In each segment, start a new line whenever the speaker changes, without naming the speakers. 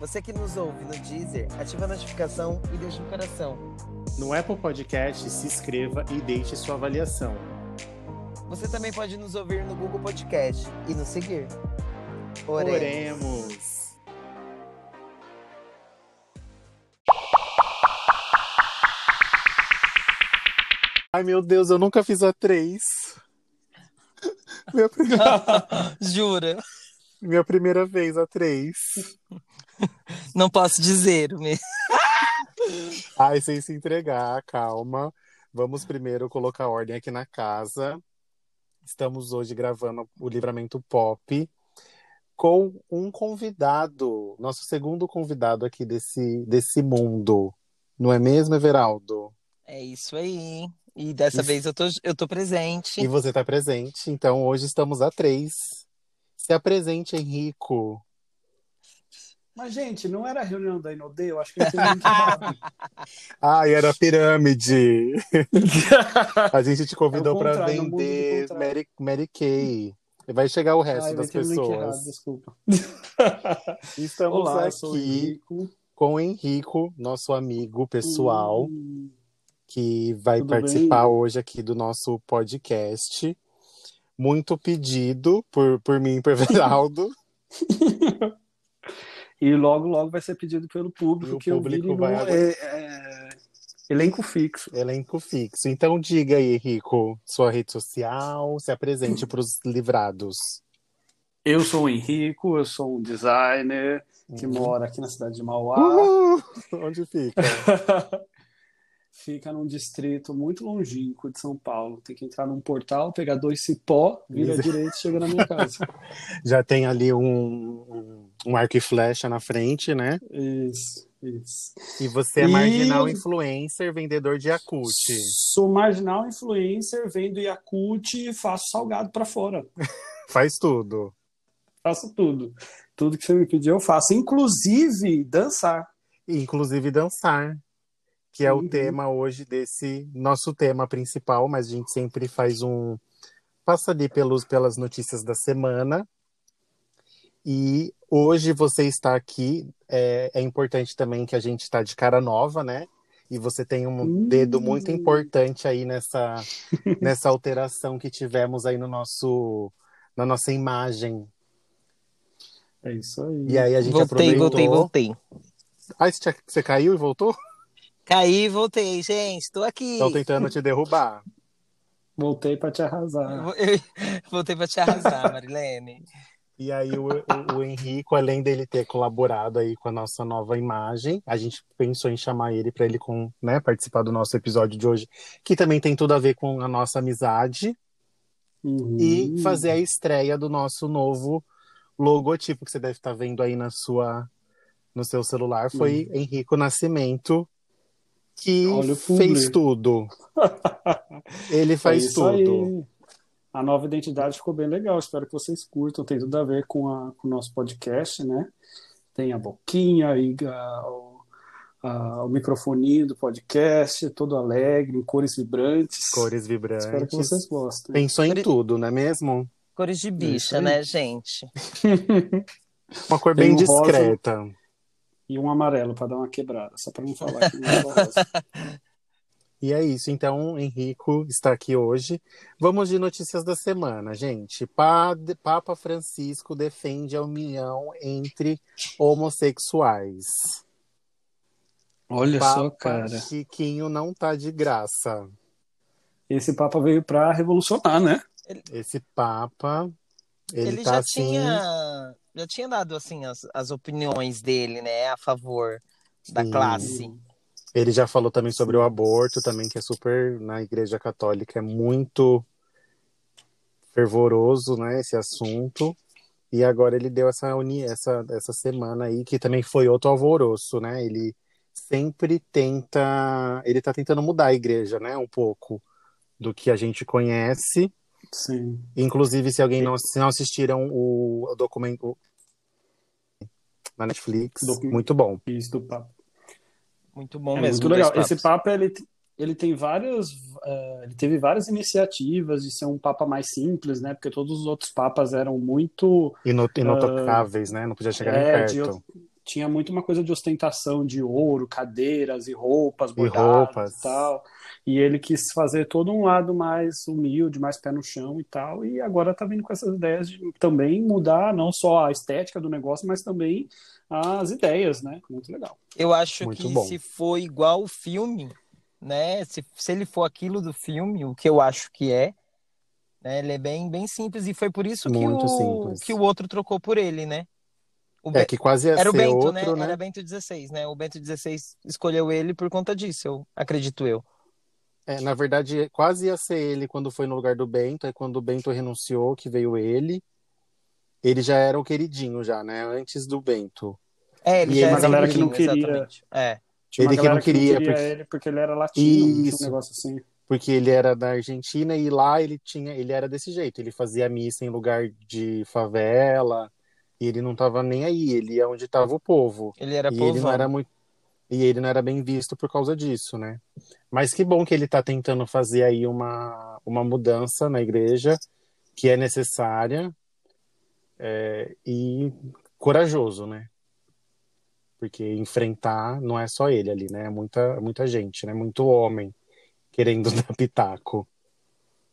Você que nos ouve no Deezer, ativa a notificação e deixa um coração.
No Apple Podcast, se inscreva e deixe sua avaliação.
Você também pode nos ouvir no Google Podcast e nos seguir.
Oremos! Ai, meu Deus, eu nunca fiz a três. Minha primeira,
Jura?
minha primeira vez a três.
Não posso dizer mesmo.
Ai, sem se entregar, calma. Vamos primeiro colocar ordem aqui na casa. Estamos hoje gravando o Livramento Pop com um convidado, nosso segundo convidado aqui desse, desse mundo. Não é mesmo, Everaldo?
É isso aí. E dessa
Isso.
vez eu tô, eu tô presente.
E você está presente, então hoje estamos a três. Se apresente, Henrico.
Mas, gente, não era a reunião da Inodê, eu acho que eu tenho muito errado.
Ai, era a pirâmide. a gente te convidou
É o
para
contrário, no mundo do
vender
contrário.
Mary, Mary Kay. Vai chegar o resto
Ai, Ah, eu
das
meti o link errado,
pessoas.
desculpa.
Estamos
Olá, eu
aqui
sou o Henrico.
com o Henrico, nosso amigo pessoal,
Hum,
que vai
tudo
participar hoje aqui do nosso podcast. Muito pedido por, por mim, por Everaldo.
E logo, logo vai ser pedido pelo
E
público,
o
que eu
público
vire
vai
num,
adorar.
é, é, elenco fixo.
Elenco fixo. Então diga aí, Rico, sua rede social, se apresente para os livrados.
Eu sou o Henrico, eu sou um designer que
Uhum.
mora aqui na cidade de Mauá.
Uhul! Onde fica?
Fica num distrito muito longínquo de São Paulo. Tem que entrar num portal, pegar dois cipó, vira
Miser-
direito e chega na minha casa.
Já tem ali um, um, um arco e flecha na frente, né?
Isso, isso.
E você é
E-
marginal influencer, vendedor de Yakut.
Sou marginal influencer, vendo Yakut e faço salgado pra fora.
Faz tudo.
Faço tudo. Tudo que você me pedir, eu faço. Inclusive dançar.
Inclusive dançar, que é o
Uhum.
tema hoje desse nosso tema principal, mas a gente sempre faz um. Passa ali pelos, pelas notícias da semana. E hoje você está aqui. É, é importante também que a gente está de cara nova, né? E você tem um
Uhum.
Hum.
dedo muito importante aí nessa, nessa alteração que tivemos aí no nosso, na nossa imagem.
É isso aí.
E aí a gente
voltei,
aproveitou.
voltei, voltei.
Ai, você tinha- você caiu e voltou?
Caí, voltei, gente. Tô aqui.
Estão tentando te derrubar.
Voltei pra te arrasar.
Eu- eu voltei pra te arrasar, Marilene.
E aí o, o- o Henrico, além dele ter colaborado aí com a nossa nova imagem, a gente pensou em chamar ele para ele com, né, participar do nosso episódio de hoje, que também tem tudo a ver com a nossa amizade
Uhum.
e fazer a estreia do nosso novo logotipo que você deve estar vendo aí na sua no seu celular foi Henrico Nascimento que
Hum. Olha o
fez
publi.
tudo. Ele
É
faz
isso
tudo.
aí. A nova identidade ficou bem legal. Espero que vocês curtam. Tem tudo a ver com, a- com o nosso podcast, né? Tem a boquinha, aí, a- o, a- o microfoninho do podcast, todo alegre, em cores vibrantes.
Cores vibrantes.
Espero que vocês gostem.
Pensou em
Cores-
tudo, não é mesmo?
Cores de
Isso
bicha,
aí.
né, gente?
Uma cor bem
Tem um rosa.
discreta.
E um amarelo para dar uma quebrada, só para não falar que não é rosa.
E é isso, então Henrico está aqui hoje. Vamos de notícias da semana, gente. Pad- Papa Francisco defende a união entre homossexuais.
Olha
Papa
só, cara.
Chiquinho não tá de graça.
Esse Papa veio para revolucionar, né?
Esse Papa, ele,
Ele,
tá
já
assim.
tinha já tinha dado assim as, as opiniões dele, né, a favor da
Sim.
classe.
Ele já falou também sobre o aborto, também, que é super na Igreja Católica, é muito fervoroso, né? Esse assunto. E agora ele deu essa, uni, essa, essa semana aí, que também foi outro alvoroço, né? Ele sempre tenta. Ele tá tentando mudar a igreja, né? Um pouco do que a gente conhece.
Sim.
Inclusive, se alguém não, se não assistiram o, o documento na Netflix,
Docu-
muito bom.
Isso do papo.
Muito bom
É
mesmo.
muito legal.
dois
Esse
papos.
Papa, ele, ele tem várias. eh, ele teve várias iniciativas de ser um Papa mais simples, né? Porque todos os outros Papas eram muito.
Ino- Inotocáveis, né? Não podia chegar
Ah, é,
nem
de
perto.
o- tinha muito uma coisa de ostentação de ouro, cadeiras e roupas, bordados
roupas.
e tal. E ele quis fazer todo um lado mais humilde, mais pé no chão e tal. E agora tá vindo com essas ideias de também mudar não só a estética do negócio, mas também as ideias, né? Muito legal.
Eu acho
é Muito
que
bom.
se for igual o filme, né? Se, se ele for aquilo do filme, o que eu acho que é, né? Ele é bem, bem simples. E foi por isso que,
Muito
o,
simples.
que o outro trocou por ele, né? O
É
Be-
que quase ia
Era o
ser
Bento,
outro,
né?
né?
Era Bento XVI, né? O Bento XVI escolheu ele por conta disso, eu acredito eu.
É, na verdade, quase ia ser ele quando foi no lugar do Bento. Aí quando o Bento renunciou, que veio ele. Ele já era o queridinho já, né? Antes do Bento.
É,
E
ele já
aí,
era
uma galera
que não
queridinho,
queria-
exatamente. É.
Tinha uma
Ele que não
galera
queria, porque-
ele porque ele era latino, tinha um
Isso.
negócio assim.
Porque ele era da Argentina e lá ele tinha, ele era desse jeito. Ele fazia missa em lugar de favela. E ele não tava nem aí, ele ia onde tava o povo.
Ele era
e
povão.
ele não era muito e ele não era bem visto por causa disso, né? Mas que bom que ele está tentando fazer aí uma, uma mudança na igreja que é necessária é, e corajoso, né? Porque enfrentar não é só ele ali, né? É Muita muita gente, né? Muito homem querendo dar pitaco.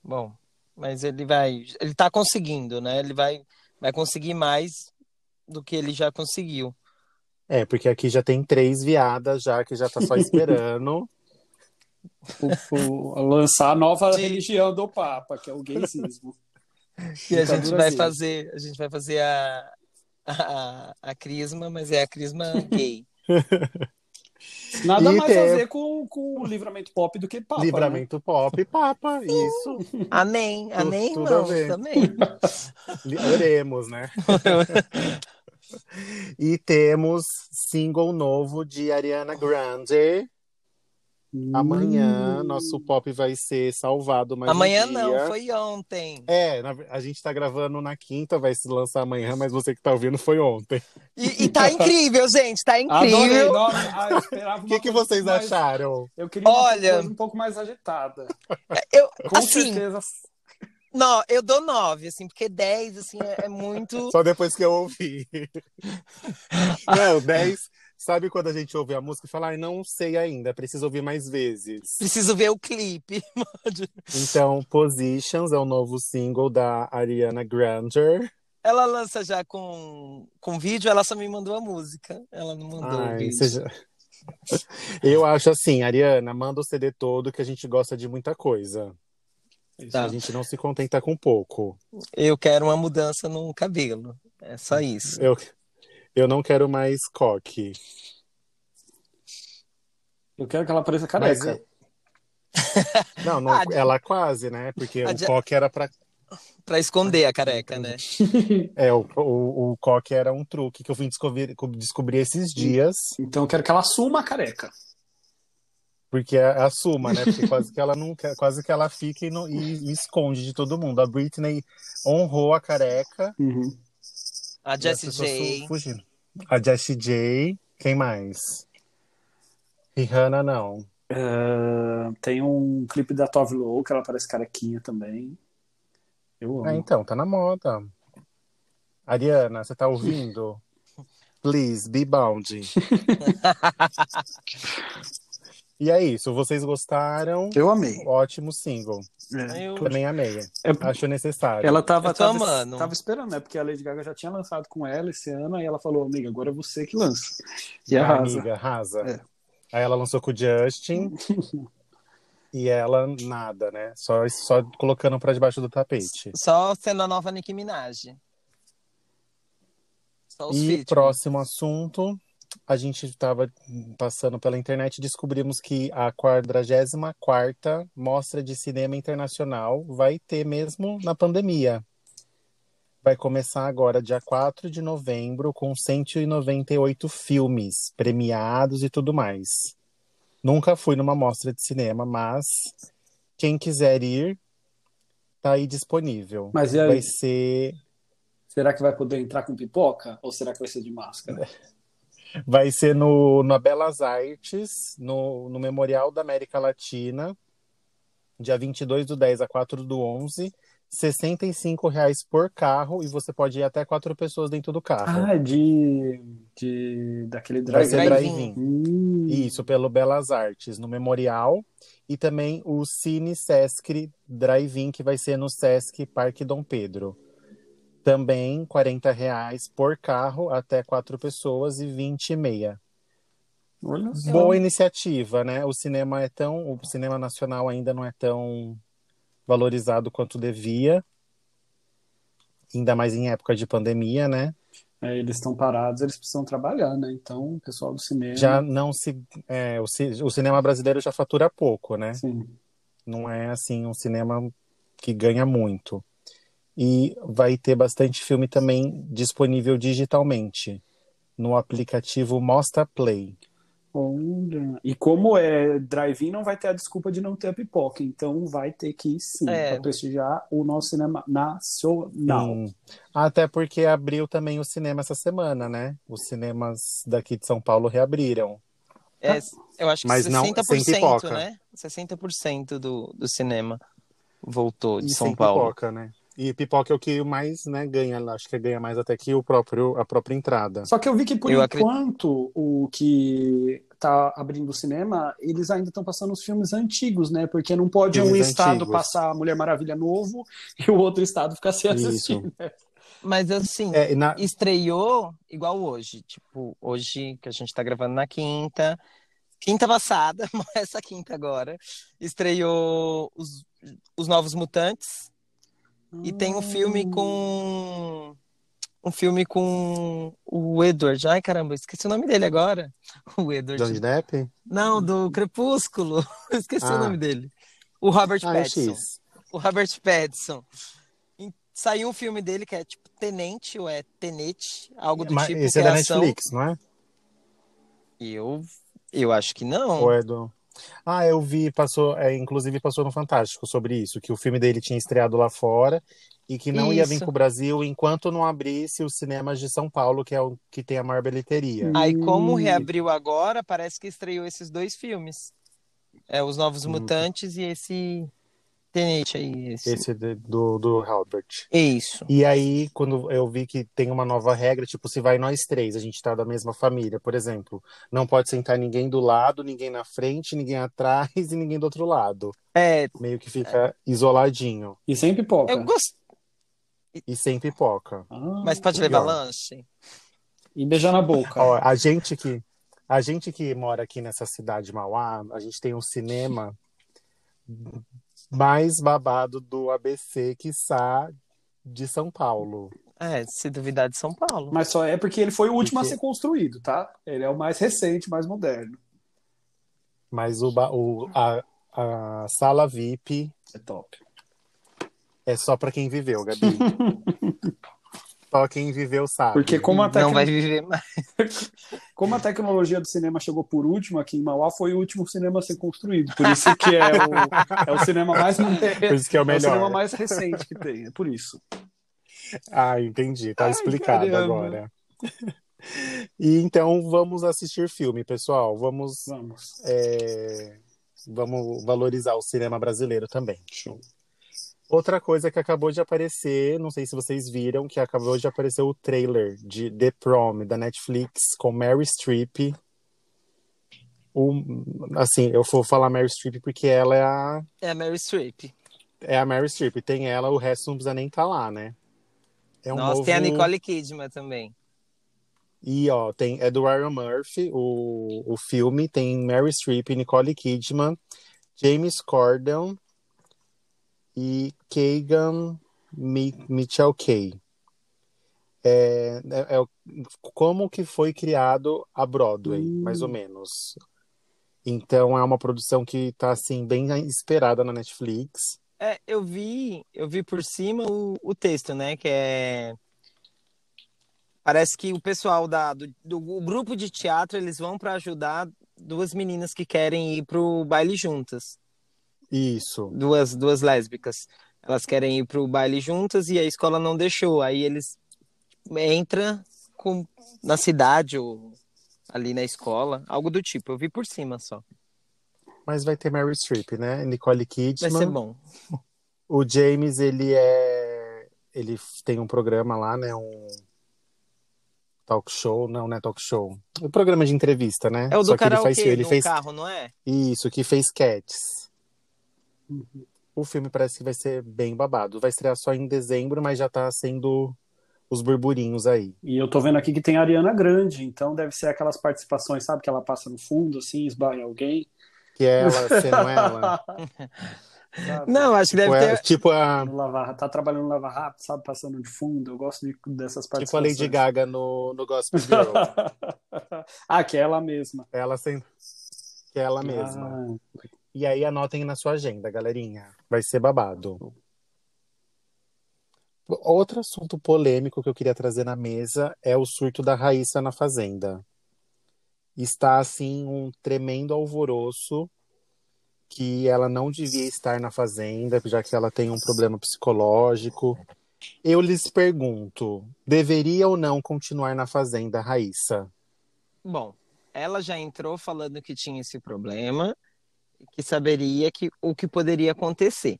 Bom, mas ele vai, ele tá conseguindo, né? Ele vai, vai conseguir mais do que ele já conseguiu.
É, porque aqui já tem três viadas já que já tá só esperando.
O- o- lançar a nova
Sim.
religião do Papa, que é o gaysismo.
E a
Então,
gente
Brasil.
vai fazer, a gente vai fazer a a, a crisma, mas é a crisma gay.
Nada
E
mais
tem-
fazer com, com o livramento pop do que Papa. né?
Livramento pop, papa, isso.
Amém, amém,
tudo a
irmãos,
ver.
também.
Oremos, né? e temos single novo de Ariana Grande. Amanhã,
Hum.
nosso pop vai ser salvado mais um
Amanhã
dia.
não, foi ontem.
É, na- a gente tá gravando na quinta, vai se lançar amanhã, mas você que tá ouvindo foi ontem.
E, e tá incrível, gente, tá
Adorei,
incrível.
nossa, ah, eu esperava
O
uma
que, que
coisa
vocês
mais-
acharam?
Eu queria uma
Olha-
coisa um pouco mais agitada.
Eu,
Com
assim,
certeza.
não, eu dou nove, assim, porque 10 assim é- é muito
Só depois que eu ouvi. não, 10. Sabe quando a gente ouve a música e fala, ai, não sei ainda, preciso ouvir mais vezes.
Preciso ver o clipe.
Então, Positions é o novo single da Ariana Grande.
Ela lança já com, com vídeo, ela só me mandou a música. Ela não mandou o
Ai,
vídeo.
seja- Eu acho assim, Ariana, manda o CD todo que a gente gosta de muita coisa.
Tá.
A gente não se contenta com pouco.
Eu quero uma mudança no cabelo. É só isso.
Eu, eu não quero mais coque.
Eu quero que ela pareça careca.
é. Mas- não, não-
Ah, de-
ela quase, né? Porque
Ah,
o
de-
coque era para
Pra esconder a careca, né?
é o, o, o coque era um truque que eu vim descobrir, descobrir
Hum.
esses dias,
Então eu quero que ela assuma a careca.
porque a, a suma, né? Porque quase que ela não quer- quase que ela fica e, não- e esconde de todo mundo. A Britney honrou a careca.
A
E as
Jessie
pessoas
J.
fu- fugindo. A Jessie J. Quem mais? Rihanna, não.
Ah, tem um clipe da Tove Lo que ela parece carequinha também. Eu
Ah,
amo.
então, tá na moda. Ariana, você tá ouvindo? Please, be bound. e é isso. Vocês gostaram?
Eu amei.
Ótimo single.
Eu-
né? Também amei.
É-
Acho necessário.
Ela tava,
Eu tô
tava,
amando.
tava esperando, né? Porque a Lady Gaga já tinha lançado com ela esse ano, e ela falou, amiga, agora é você que lança. E
A
arrasa.
amiga, arrasa.
É.
Aí ela lançou com o Justin. e ela, nada, né? Só, só colocando pra debaixo do tapete.
Só sendo a nova Nicki Minaj. Só os
E
feat.
próximo assunto, a gente estava passando pela internet e descobrimos que a 44ª Mostra de Cinema Internacional vai ter mesmo na pandemia. vai começar agora, dia 4 de novembro, com 198 filmes premiados e tudo mais. Nunca fui numa mostra de cinema, mas quem quiser ir, tá aí disponível.
Mas e aí?
Vai ser,
Será que vai poder entrar com pipoca? Ou será que vai ser de máscara?
vai ser no, na Belas Artes, no, no Memorial da América Latina, dia 22 do 10 a 4 do 11, R$ 65 reais por carro, e você pode ir até quatro pessoas dentro do carro.
Ah, é de, de. daquele
Vai
drive.
ser drive-in.
drive-in.
Hum.
Isso, pelo Belas Artes, no Memorial. E também o Cine Sesc Drive-In, que vai ser no Sesc Parque Dom Pedro. Também R$ 40 reais por carro, até quatro pessoas e 20 e meia.
Hum, Olha só.
Boa iniciativa, né? O cinema é tão. O cinema nacional ainda não é tão valorizado quanto devia. Ainda mais em época de pandemia, né?
É, eles estão parados, eles precisam trabalhar, né? Então, o pessoal do cinema.
Já não se. é, o, ci- o cinema brasileiro já fatura pouco, né?
Sim.
não é assim um cinema que ganha muito. E vai ter bastante filme também disponível digitalmente no aplicativo Mostra Play.
Olha. E como é drive-in, não vai ter a desculpa de não ter a pipoca. Então, vai ter que ir sim,
É.
para prestigiar o nosso cinema nacional.
Hum. Até porque abriu também o cinema essa semana, né? Os cinemas daqui de São Paulo reabriram.
É, eu acho que
Mas não,
60%,
sem pipoca.
né? 60% do, do cinema voltou de
E
São
sem
Paulo.
pipoca, né? E pipoca é o que mais né, ganha, acho que ganha mais até que o próprio, a própria entrada.
Só que eu vi que por
Eu acredito-
enquanto o que tá abrindo o cinema, eles ainda estão passando os filmes antigos, né? Porque não pode um
Filmes
estado
antigos.
passar Mulher Maravilha novo e o outro estado ficar sem
Isso.
assistir. né?
Mas assim,
É, e na-
estreou igual hoje. Tipo, hoje que a gente tá gravando na quinta. Quinta passada, essa quinta agora. Estreou os, os Novos Mutantes. E tem um filme com. Um filme com o Edward. Ai, caramba, esqueci o nome dele agora. O Edward.
Johnny Depp?
Não, do Crepúsculo. Esqueci
Ah.
o nome dele. O Robert
Ah, é
Pattinson.
X.
O Robert Pattinson. E Saiu um filme dele que é tipo Tenente, ou é Tenete, algo do
Mas
tipo.
esse
que
é da
ação.
Netflix, não é?
Eu, eu acho que não.
Ou é do- Ah, eu vi, passou, é, inclusive passou no Fantástico sobre isso, que o filme dele tinha estreado lá fora e que não ia vir
Isso.
pro Brasil enquanto não abrisse os cinemas de São Paulo, que é o que tem a maior bilheteria.
Aí, como
Hum.
reabriu agora, parece que estreou esses dois filmes. É Os Novos
Hum.
Mutantes e esse Tenente aí. Esse.
Esse de- do, do Halbert.
É isso.
E aí, quando eu vi que tem uma nova regra, tipo, se vai nós três, a gente tá da mesma família, por exemplo, não pode sentar ninguém do lado, ninguém na frente, ninguém atrás e ninguém do outro lado.
É,
Meio que fica isoladinho
E sem pipoca.
eu gosto.
e sem pipoca.
Ah,
Mas pode levar
Legal.
lanche?
E beijar na boca.
Ó, a gente que a gente que mora aqui nessa cidade Mauá, a gente tem um cinema mais babado do ABC que está de São Paulo.
É, se duvidar de São Paulo.
Mas só é porque ele foi o último
Porque-
a ser construído, tá? Ele é o mais recente, mais moderno.
Mas o, ba- o- a, a sala VIP
É top.
é só para quem viveu, Gabi. só quem viveu sabe.
Porque como
tá
a,
Não
tec-
vai viver mais.
como a tecnologia do cinema chegou por último aqui em Mauá, foi o último cinema a ser construído. Por isso que é o, é o cinema mais
Por isso que é o
É o cinema
melhor.
mais recente que tem, é por isso.
Ah, entendi. Tá
Ai,
explicado
caramba.
agora. E então vamos assistir filme, pessoal. Vamos
Vamos.
é, vamos valorizar o cinema brasileiro também.
Show.
Outra coisa que acabou de aparecer, não sei se vocês viram, que acabou de aparecer o trailer de The Prom da Netflix com Mary Streep. O- assim, eu vou falar Mary Streep porque ela é a,
É a Mary Streep.
é a Mary Streep. Tem ela, o resto não precisa nem estar lá, né? É um
Nossa,
novo...
tem a Nicole Kidman também.
E ó, tem é do Ryan Murphy, o, o filme, tem Mary Streep, Nicole Kidman, James Corden e Kagan Mi- Mitchell Kay. É, é- é o- como que foi criado a Broadway,
Hum.
mais ou menos. Então é uma produção que tá assim bem esperada na Netflix.
É, eu vi, eu vi por cima o, o texto, né? Que é. Parece que o pessoal da, do, do o grupo de teatro eles vão para ajudar duas meninas que querem ir pro baile juntas.
Isso.
Duas, duas lésbicas. Elas querem ir pro baile juntas e a escola não deixou. Aí eles entram com, na cidade ou ali na escola, algo do tipo. Eu vi por cima só.
Mas vai ter Mary Streep, né? Nicole Kidman.
Vai ser bom.
O James, ele é. Ele tem um programa lá, né? Um talk show, não, não é talk show. O um programa de entrevista, né?
É o do
Só que ele
karaokê
faz, ele
no
fez
carro, não é?
isso, que fez Cats. O filme parece que vai ser bem babado. Vai estrear só em dezembro, mas já tá sendo os burburinhos aí.
E eu tô vendo aqui que tem a Ariana Grande, então deve ser aquelas participações, sabe, que ela passa no fundo, assim, esbarra em alguém.
Que é ela sendo ela.
é. Sabe?
Não, acho que deve
Ou é,
ter.
tipo a,
No lavar, tá trabalhando no Lava Rápido, sabe, passando de fundo. Eu gosto de- dessas
tipo a
participações.
Lady Gaga no, no Gospel Girl.
ah, que é ela mesma. Ah.
ela sendo. Que é ela mesma. E aí anotem na sua agenda, galerinha. Vai ser babado. Outro assunto polêmico que eu queria trazer na mesa é o surto da Raíssa na Fazenda. Está, assim, um tremendo alvoroço que ela não devia estar na Fazenda, já que ela tem um problema psicológico. Eu lhes pergunto, deveria ou não continuar na Fazenda, Raíssa?
Bom, ela já entrou falando que tinha esse problema e que saberia que, o que poderia acontecer.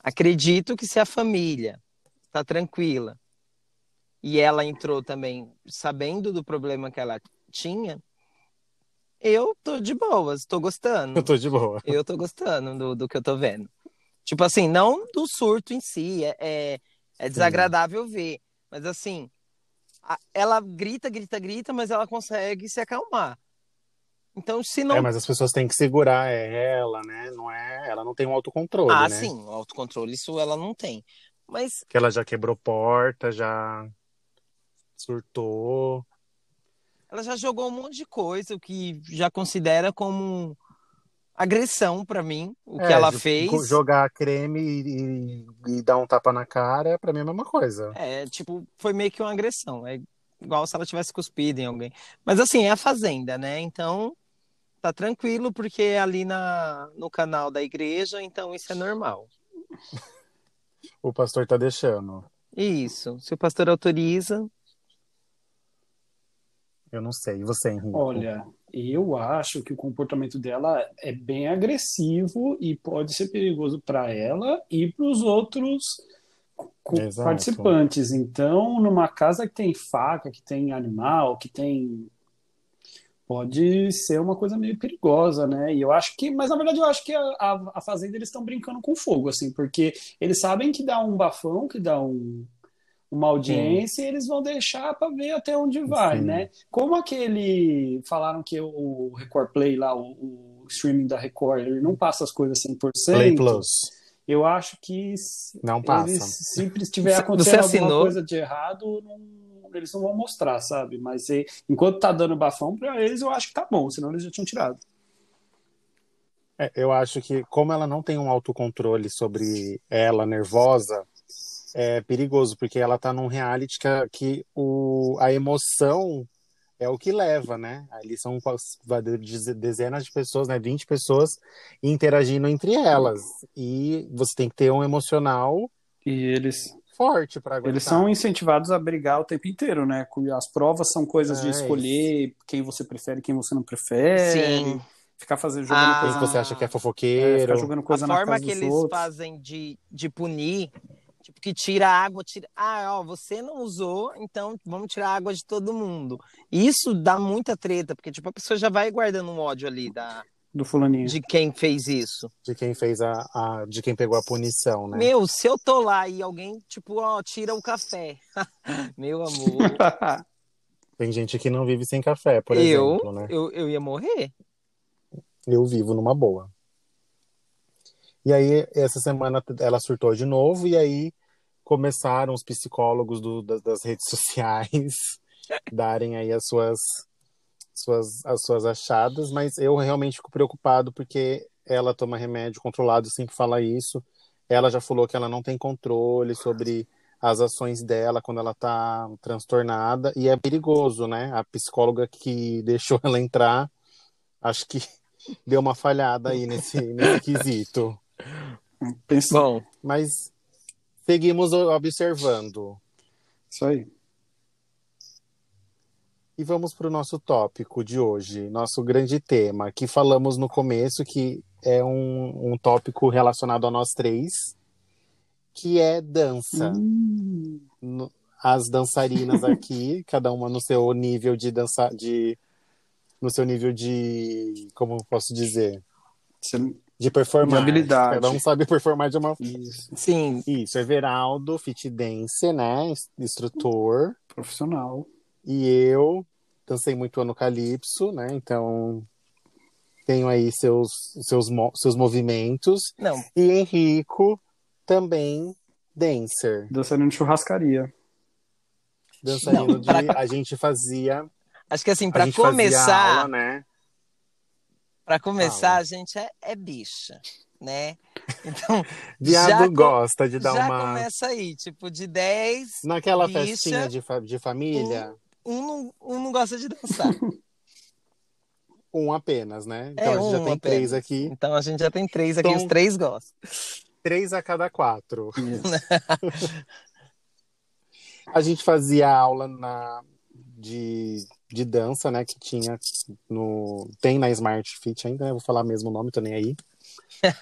Acredito que se a família está tranquila e ela entrou também sabendo do problema que ela tinha, eu tô de boas, tô gostando.
Eu tô de boa.
Eu tô gostando do, do que eu tô vendo. Tipo assim, não do surto em si, é, é, é desagradável ver. Mas assim, a- ela grita, grita, grita, mas ela consegue se acalmar. Então, se não.
É, mas as pessoas têm que segurar ela, né? Não é, ela não tem um autocontrole,
ah,
né?
sim, o autocontrole, isso ela não tem. Mas
Que ela já quebrou porta, já surtou.
ela já jogou um monte de coisa, o que já considera como agressão pra mim, o que
É,
ela
jo-
fez.
co- Jogar creme e, e- e dar um tapa na cara, pra mim é a mesma coisa.
É, tipo, foi meio que uma agressão. É igual se ela tivesse cuspido em alguém. Mas assim, é a fazenda, né? Então, tá tranquilo, porque é ali na, no canal da igreja, então isso é normal.
O pastor tá deixando.
Isso. Se o pastor autoriza.
Eu não sei. E você, Henrique?
Olha, eu acho que o comportamento dela é bem agressivo e pode ser perigoso para ela e para os outros co-
Exato.
participantes. Então, numa casa que tem faca, que tem animal, que tem. Pode ser uma coisa meio perigosa, né? E eu acho que. Mas na verdade eu acho que a, a- a Fazenda eles estão brincando com fogo, assim, porque eles sabem que dá um bafão, que dá um, uma audiência, e eles vão deixar para ver até onde vai,
Sim.
né? Como aquele. Falaram que o, o Record Play lá, o, o streaming da Record, ele não passa as coisas 100%.
Play Plus.
Eu acho que se-
Não passa.
eles, se estiver
Você-
acontecendo
você
alguma
assinou?
coisa de errado, não- eles não vão mostrar, sabe? Mas e- enquanto tá dando bafão pra eles, eu acho que tá bom, senão eles já tinham tirado.
É, eu acho que, como ela não tem um autocontrole sobre ela nervosa, é perigoso, porque ela tá num reality que, a- que o, a emoção é o que leva, né? Ali são quas- va- deze- dezenas de pessoas, né? 20 pessoas interagindo entre elas. E você tem que ter um emocional
E eles,
forte para aguentar.
eles são incentivados a brigar o tempo inteiro, né? As provas são coisas de
É,
escolher quem você prefere, quem você não prefere.
Sim.
Ficar fazendo jogando
Ah.
Quem
coisa.
que
na-
você acha que é
é,
fofoqueiro?
ficar jogando coisa
a
na
forma
casa
que
dos
eles
outros.
fazem de, de punir, tipo, que tira a água, tira. Ah, ó, você não usou, então vamos tirar a água de todo mundo. Isso dá muita treta, porque tipo, a pessoa já vai guardando um ódio ali da,
Do fulaninho.
de quem fez isso.
De quem fez a, a- De quem pegou a punição, né?
Meu, se eu tô lá e alguém, tipo, ó, tira o café. Meu amor,
Tem gente que não vive sem café, por
Eu?
exemplo, né?
eu, eu ia morrer.
Eu vivo numa boa. E aí, essa semana ela surtou de novo, e aí começaram os psicólogos do- das, das redes sociais darem aí as suas, suas, as suas achadas, mas eu realmente fico preocupado porque ela toma remédio controlado, sempre fala isso, Ela já falou que ela não tem controle sobre as ações dela quando ela tá transtornada e é perigoso, né? A psicóloga que deixou ela entrar, acho que deu uma falhada aí nesse, nesse quesito.
Bom,
Mas seguimos observando.
Isso aí.
E vamos para o nosso tópico de hoje, nosso grande tema, que falamos no começo, que é um, um tópico relacionado a nós três, que é dança.
Hum,
no- as dançarinas aqui, cada uma no seu nível de dança, de no seu nível de como eu posso dizer,
você-
de performar.
De habilidade.
Cada um sabe performar de uma
isso,
sim,
isso. Everaldo, fit dance, né, instrutor,
profissional.
e eu dancei muito ano calypso, né? Então tenho aí seus seus mo- seus movimentos
não,
e Henrico também dancer,
Dançarino de churrascaria.
dançarino
Não,
de
pra-
a gente fazia
acho que assim,
A
para
gente fazia
começar,
aula, né?
para começar,
Fala.
a gente é, é bicha, né? Então,
Viado
Já co-
gosta de dar
já
uma.
começa aí, tipo, de 10,
Naquela
Bicha.
festinha de, fa- de família,
um não, um não gosta de dançar.
um apenas, né?
É,
Então a gente já
um
tem
apenas.
três aqui,
Então a gente já tem três aqui,
Então-
os três gostam.
três a cada quatro.
Isso.
A gente fazia aula na, de, de dança, né? Que tinha no. Tem na Smart Fit ainda, né? Vou falar mesmo o nome, tô nem aí.
é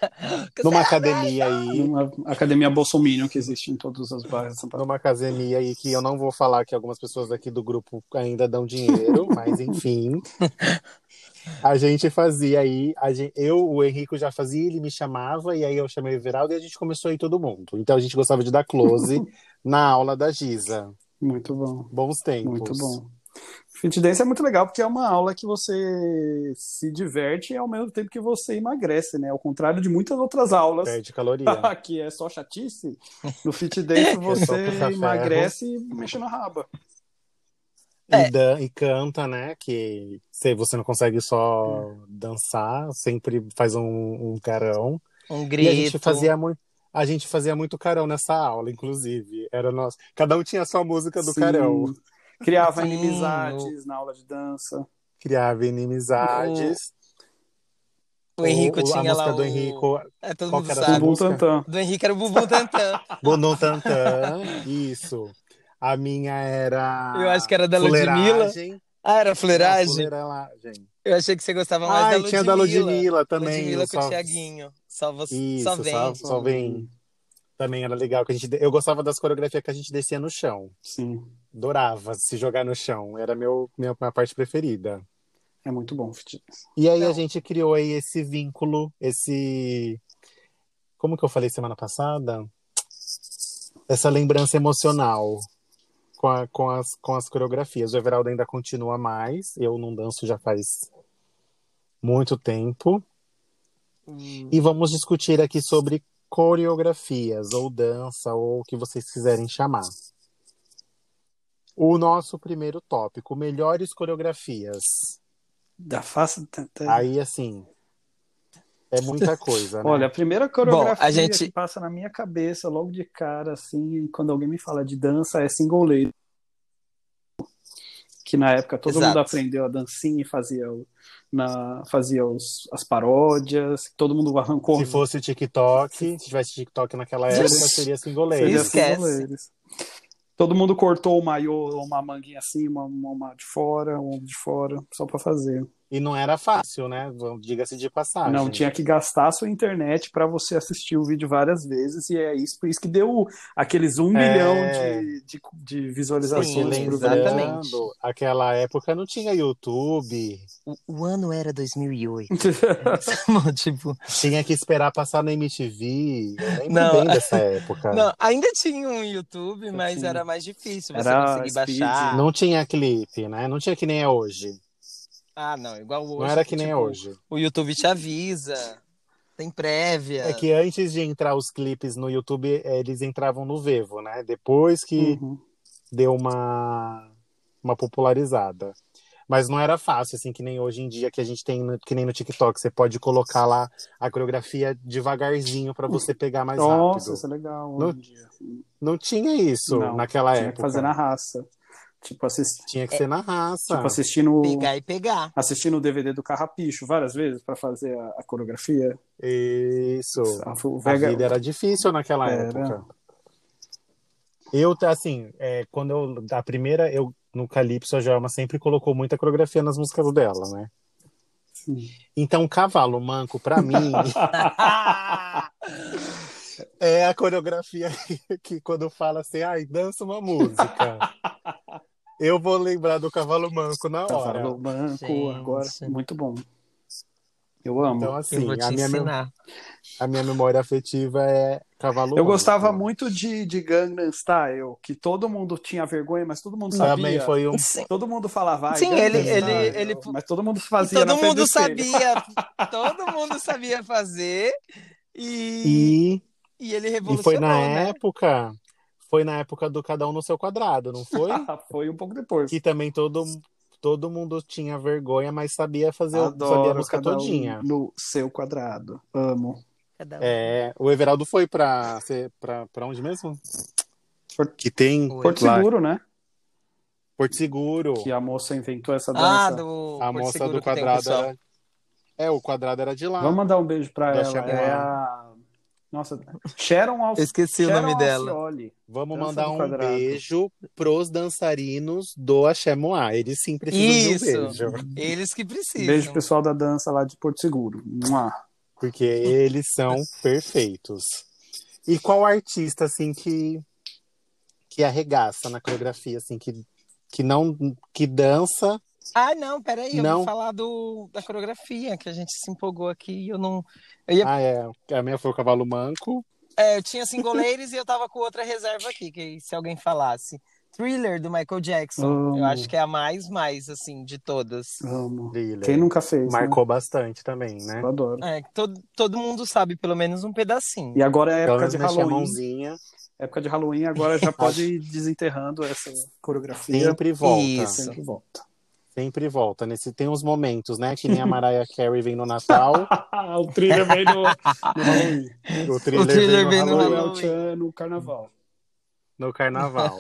Numa academia aí.
Uma academia Bolsominion que existe em todas as bairros de São Paulo.
Numa academia aí que eu não vou falar que algumas pessoas aqui do grupo ainda dão dinheiro, mas enfim. A gente fazia aí, a gen- eu, o Henrico já fazia, ele me chamava, e aí eu chamei o Everaldo e a gente começou a ir todo mundo. Então a gente gostava de dar close na aula da Giza.
Muito bom,
Bons tempos.
muito bom. Fit dance é muito legal porque é uma aula que você se diverte e ao mesmo tempo que você emagrece, né? Ao contrário de muitas outras aulas
Perde caloria.
que é só chatice, no fit dance
é só
você
puxar ferro.
emagrece e mexe na raba.
É.
E, dan- e canta, né? Que se você não consegue só dançar, sempre faz um, um carão.
Um
E
grito.
a gente fazia muito. A gente fazia muito carão nessa aula, inclusive. Era nosso. Cada um tinha a sua música do
Sim.
carão.
Criava
Sim,
inimizades na aula de dança.
Criava inimizades.
O Henrico
a
tinha
música
lá
do
o...
Henrico,
É, todo
Qual
mundo
que era tá, a
sabe.
sua
Bumbum
música?
Tantan.
Do Henrique era o Bumbum Tantan.
Bonum Tantan, isso. A minha era.
Eu acho que era da Ludmilla.
Fuleiragem.
Ah, era
Não,
fuleiragem?
fuleiragem.
Eu achei que você gostava mais
Ai,
da
tinha da Ludmilla também.
Ludmilla
eu
com o
só...
Tiaguinho. Só, você,
Isso,
só vem.
só, só vem. Também era legal. Que a gente... Eu gostava das coreografias que a gente descia no chão.
Sim,
Adorava se jogar no chão. Era meu, minha, minha parte preferida.
é muito bom fit dance.
E aí a
Não.
gente criou aí esse vínculo, esse. Como que eu falei semana passada? Essa lembrança emocional com, a- com as, com as coreografias. O Everaldo ainda continua mais, eu não danço já faz muito tempo. E vamos discutir aqui sobre coreografias, ou dança, ou o que vocês quiserem chamar. O nosso primeiro tópico: melhores coreografias.
Da face. da- da-
Aí, assim, é muita coisa, né?
Olha, a primeira coreografia
Bom, a gente-
que passa na minha cabeça logo de cara, assim, quando alguém me fala de dança, é single lady. Que na época todo
Exato.
mundo aprendeu a dancinha e fazia, o- na, fazia os- as paródias, todo mundo arrancou.
se fosse TikTok, se tivesse TikTok naquela época, seria single
Seria
ladies.
Esquece.
single ladies. É Todo mundo cortou o maiô, uma manguinha assim, uma, uma- uma de fora, um de fora, só pra fazer.
E não era fácil, né? Diga-se de passagem.
Não, tinha que gastar a sua internet para você assistir o vídeo várias vezes, e é isso, por isso que deu aqueles um
É.
milhão de, de, de
Porque
visualizações.
Sim,
pro
lembrando,
vídeo.
exatamente.
aquela época não tinha YouTube.
O, o ano era 2008. Não, tipo,
Tinha que esperar passar na MTV. Eu lembro
Não.
bem dessa época. Não.
não, ainda tinha um YouTube, mas
tinha.
era mais difícil você
Era
conseguir
speed.
baixar.
tinha clipe, né? Não tinha que nem é hoje.
Ah, não, igual hoje.
não era que nem é
tipo,
hoje.
O YouTube te avisa, tem prévia.
É que antes de entrar os clipes no YouTube, eh, eles entravam no Vevo,
Hum.
né? Depois que
Uhum.
deu uma, uma popularizada. Mas não era fácil, assim, que nem hoje em dia que a gente tem, no- que nem no TikTok, você pode colocar lá a coreografia devagarzinho pra você pegar mais
Nossa,
rápido.
isso é legal.
No-
hoje em dia.
Não tinha isso
Não,
naquela
Tinha que
época.
fazer na raça. Tipo, assist...
Tinha que ser na raça.
tipo assistindo,
Pegar e pegar.
assistindo o DVD do Carrapicho várias vezes pra fazer a, a coreografia.
Isso.
O
A
Vega-
vida é era difícil naquela
Era.
época. Eu, assim, é, quando eu. A primeira, eu no Calypso, a Joelma sempre colocou muita coreografia nas músicas dela, né?
Sim.
Então, Cavalo Manco, pra mim,
Ah!
é a coreografia que quando fala assim, ai, dança uma música. Eu vou lembrar do Cavalo Manco na hora.
Cavalo Banco,
Gente.
agora. Muito bom. Eu amo.
Então,
eu
assim,
vou te
a minha, mem-
ensinar.
a minha memória afetiva é Cavalo Manco.
Eu gostava muito de, de Gangnam Style, que todo mundo tinha vergonha, mas todo mundo sabia.
Também foi um.
Sim.
Todo mundo falava. "Ai,
Sim,
Gangnam
ele-
Style",
ele- ele-
Mas todo mundo
E
fazia.
todo
na frente do
mundo
espelho.
sabia, todo mundo sabia fazer e,
E,
e ele
e
revolucionou,
foi na
né?
época. Foi na época do Cada Um no Seu Quadrado, não foi?
Foi um pouco depois.
que também todo, todo mundo tinha vergonha, mas sabia fazer, sabia a
Adoro
música
cada
todinha.
um no seu quadrado. Amo.
Cada um.
É, o Everaldo foi pra, ser- pra, pra onde mesmo?
Porto,
Que tem
Foi.
Porto
lá,
Seguro, né?
Porto Seguro.
Que a moça inventou essa
Ah,
dança.
do
a
Porto
moça
Seguro
do
que tem o
quadrado
pessoal.
era. É, o quadrado era de lá.
Vamos mandar um beijo pra
Da
ela.
Sharon.
É a... Nossa, Sharon Al...
Eu esqueci o
Sharon
nome dela.
Alcioli.
Vamos
Dança
mandar
do
um
quadrado.
beijo pros dançarinos do Axé Moá. Eles sim precisam
Isso.
de um beijo.
Eles que precisam.
Beijo pessoal da dança lá de Porto Seguro. Mua.
Porque eles são perfeitos. E qual artista, assim, que, que arregaça na coreografia, assim, que, que não que dança?
Ah, não, peraí, eu
Não.
vou falar do, da coreografia, que a gente se empolgou aqui e eu não... Eu, ia-
Ah, é. A minha foi o Cavalo Manco.
é, eu tinha cinco goleiros e eu tava com outra reserva aqui, que se alguém falasse. Thriller, do Michael Jackson.
Amo.
Eu acho que é a mais, mais, assim, de todas.
Amo.
Thriller.
Quem nunca fez,
É. Marcou bastante também,
né?
né?
Eu adoro.
É, que todo, todo mundo sabe pelo menos um pedacinho.
E agora é
Pelo
época
menos
de
mexer a
Halloween.
mãozinha.
Época de Halloween, agora já pode ir desenterrando essa coreografia.
Sempre volta.
Isso.
Sempre volta.
Sempre volta. Nesse, tem uns momentos, né? Que nem a Mariah Carey vem no Natal.
o thriller
é
vem no, no Halloween.
o thriller, vem
Thriller vem
no
no
Halloween.
Halloween é
Halloween.
o tchan no carnaval.
no carnaval.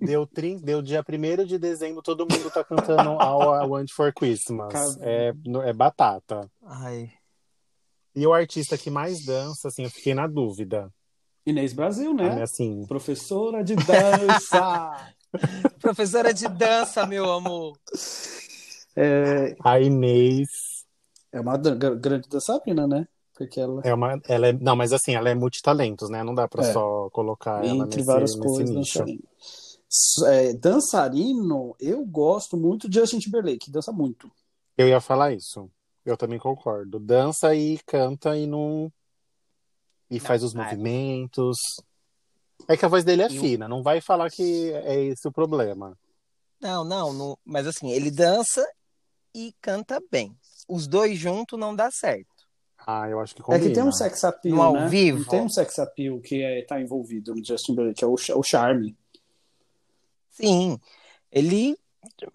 deu, trin... deu dia 1 de dezembro, todo mundo tá cantando All I Want for Christmas.
Cara.
É, no- é batata.
Ai.
E o artista que mais dança, assim, eu fiquei na dúvida.
Inês Brasil, né?
A minha, Assim,
Professora de dança.
Professora de dança, meu amor.
é,
a Inês
é uma dan- gra- grande dançarina, né? Porque ela,
é uma. Ela é... Não, mas assim, ela é multitalentos, né? Não dá pra
É.
só colocar ela
entre
nesse,
várias
nesse
coisas, né,
nicho.
dançarina. S- é, dançarino, eu gosto muito de Justin Timberlake, que dança muito.
Eu ia falar isso. Eu também concordo. Dança e canta e não. E faz os
ah, é.
movimentos. É que a voz dele é
E o-
fina, não vai falar que é esse o problema.
Não, não, não- mas assim, ele dança e canta bem. Os dois juntos não dá certo.
Ah, eu acho que
É
combina.
que tem um sex appeal,
No ao
né?
vivo.
Tem um sex appeal que é, tá envolvido no Justin Timberlake, é o, cha- o charme.
Sim, ele.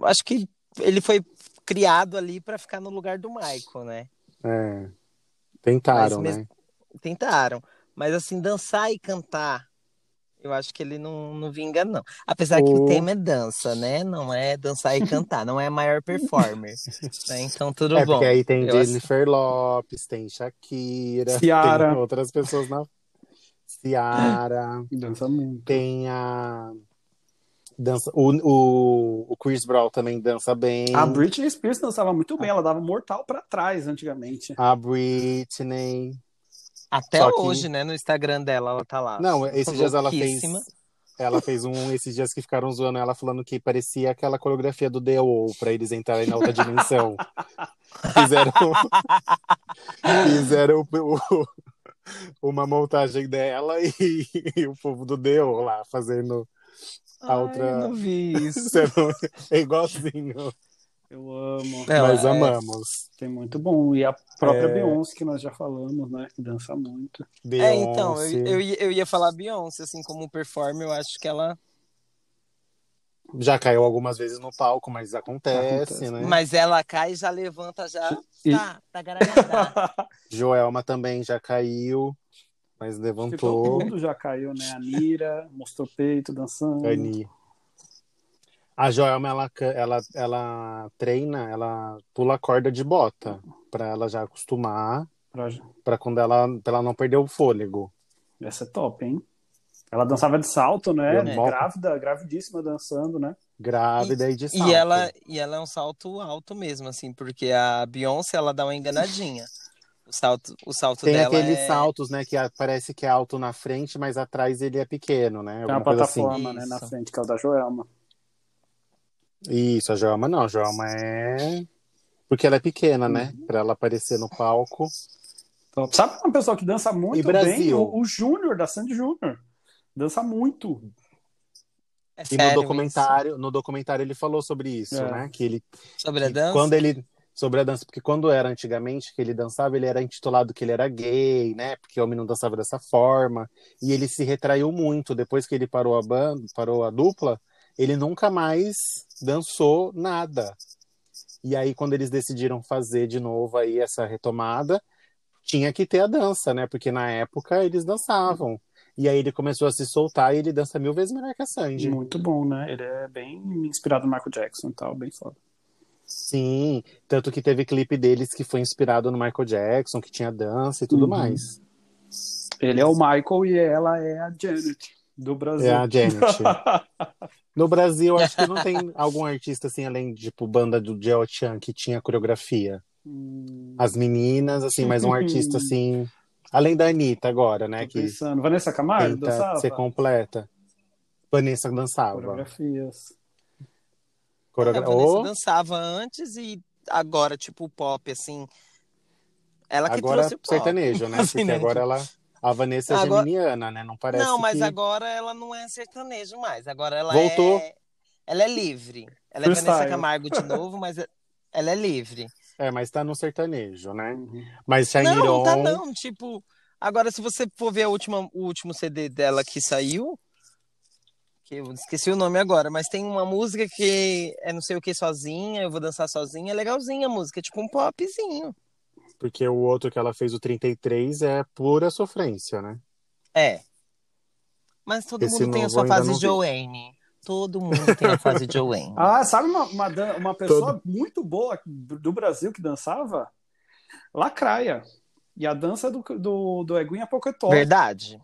Acho que ele foi criado ali pra ficar no lugar do Michael, né?
É. Tentaram,
Mas
né?
Tentaram. Mas assim, dançar e cantar, eu acho que ele não, não vinga, não. Apesar que
O-
o tema é dança, né? Não é dançar e cantar, não é a maior performer. né? Então, tudo
É
bom.
porque aí tem
Eu acho-
Jennifer Lopes, tem Shakira,
Ciara.
tem outras pessoas na. Ciara,
Dança muito.
tem a. Dança... O, o, o Chris Brown também dança bem.
A Britney Spears dançava muito bem, ela dava mortal pra trás antigamente.
A Britney.
Até
Só que-
hoje, né? No Instagram dela, ela tá lá.
Não, esses dias ela fez.
Louquíssima.
Ela fez um esses dias que ficaram zoando ela falando que parecia aquela coreografia do The Wall pra eles entrarem na outra dimensão. Fizeram. Fizeram o- uma montagem dela e, e o povo do The Wall lá fazendo. A
Ai,
outra-
não vi isso.
Você não- É igualzinho.
Eu amo.
Não,
Nós
é-
amamos.
Tem muito bom. E a
É.
própria Beyoncé, que nós já falamos, né? Que dança muito.
É, então, eu,
Beyoncé.
eu, ia- eu ia falar Beyoncé, assim, como performer, eu acho que ela
Já caiu algumas vezes no palco, mas acontece,
Acontece.
né?
Mas ela cai e já levanta, já.
E-
Tá, tá garantida.
Joelma também já caiu, mas
Porque todo
levantou.
mundo já caiu, né? A Nira mostrou peito dançando.
Ani. A Joelma, ela, ca- ela, ela treina, ela pula corda de bota, pra ela já acostumar,
Pra-
pra quando ela, pra ela não perder o fôlego.
Essa é top, hein? Ela dançava de salto, né?
É.
Grávida, gravidíssima dançando, né?
Grávida e, de salto.
e, ela, e ela é um salto alto mesmo, assim, porque a Beyoncé, ela dá uma enganadinha. O salto, o salto
Tem
dela
aqueles
é...
saltos, né, que a- parece que é alto na frente, mas atrás ele é pequeno, né?
Tem uma
Alguma coisa assim.
plataforma, né? Na
Isso.
frente, que é o da Joelma.
Isso, a Joelma não, a Joelma é. Porque ela é pequena, né?
Uhum.
Pra ela aparecer no palco.
Top. Sabe uma pessoa que dança muito
E Brasil?
bem? O, o Júnior, da Sandy Júnior. Dança muito.
É
E
sério
no um documentário, no documentário ele falou sobre isso,
É.
né? Que ele
isso? Sobre a
que
dança?
quando ele sobre a dança, porque quando era antigamente que ele dançava, ele era intitulado que ele era gay, né? Porque homem não dançava dessa forma. E ele se retraiu muito depois que ele parou a banda, parou a dupla, ele nunca mais dançou nada. E aí quando eles decidiram fazer de novo aí essa retomada, tinha que ter a dança, né? Porque na época eles dançavam. E aí ele começou a se soltar e ele dança mil vezes melhor que a Sandy.
Muito bom, né? Ele é bem inspirado no Michael Jackson e tal, bem foda.
Sim, tanto que teve clipe deles que foi inspirado no Michael Jackson, que tinha dança e tudo
Uhum.
mais.
Ele é o Michael e ela é a Janet, do Brasil.
É a Janet. no Brasil, acho que não tem algum artista assim, além tipo banda do Jel Chan, que tinha coreografia.
Hum,
As meninas, assim, mas um artista assim. Além da Anitta agora, né?
tô
Que
pensando. Vanessa Camargo
tenta
Ah, dançava?
ser completa. Vanessa dançava.
Coreografias.
A
Coreogra...
Vanessa
Ô,
dançava antes e agora, tipo, o pop, assim... Ela que
agora
trouxe o pop.
sertanejo, né?
Assim,
Porque
né?
agora ela. A Vanessa é
Agora-
geminiana, né? Não parece
Não, mas
que...
agora ela não é sertanejo mais. Agora ela
Voltou.
é... Ela é livre. Ela é
Freestyle.
Vanessa Camargo de novo, mas é- ela é livre.
É, mas tá no sertanejo, né?
Uhum.
Mas Shine It
Não,
On,
tá não. Tipo, agora se você for ver a última, o último CD dela que saiu, que eu esqueci o nome agora, mas tem uma música que é não sei o que sozinha, eu vou dançar sozinha, é legalzinha a música, é tipo um popzinho.
porque o outro que ela fez, o 33, é pura sofrência, né?
É. Mas todo
Esse
mundo tem a
novo
sua
ainda não
fase
vi.
Joanne. Todo mundo tem a fase Joanne.
Ah, sabe uma, uma, dan- uma pessoa muito boa do do Brasil que dançava? Lacraia. E a dança do, do, do Eguinha Pocotó.
Verdade.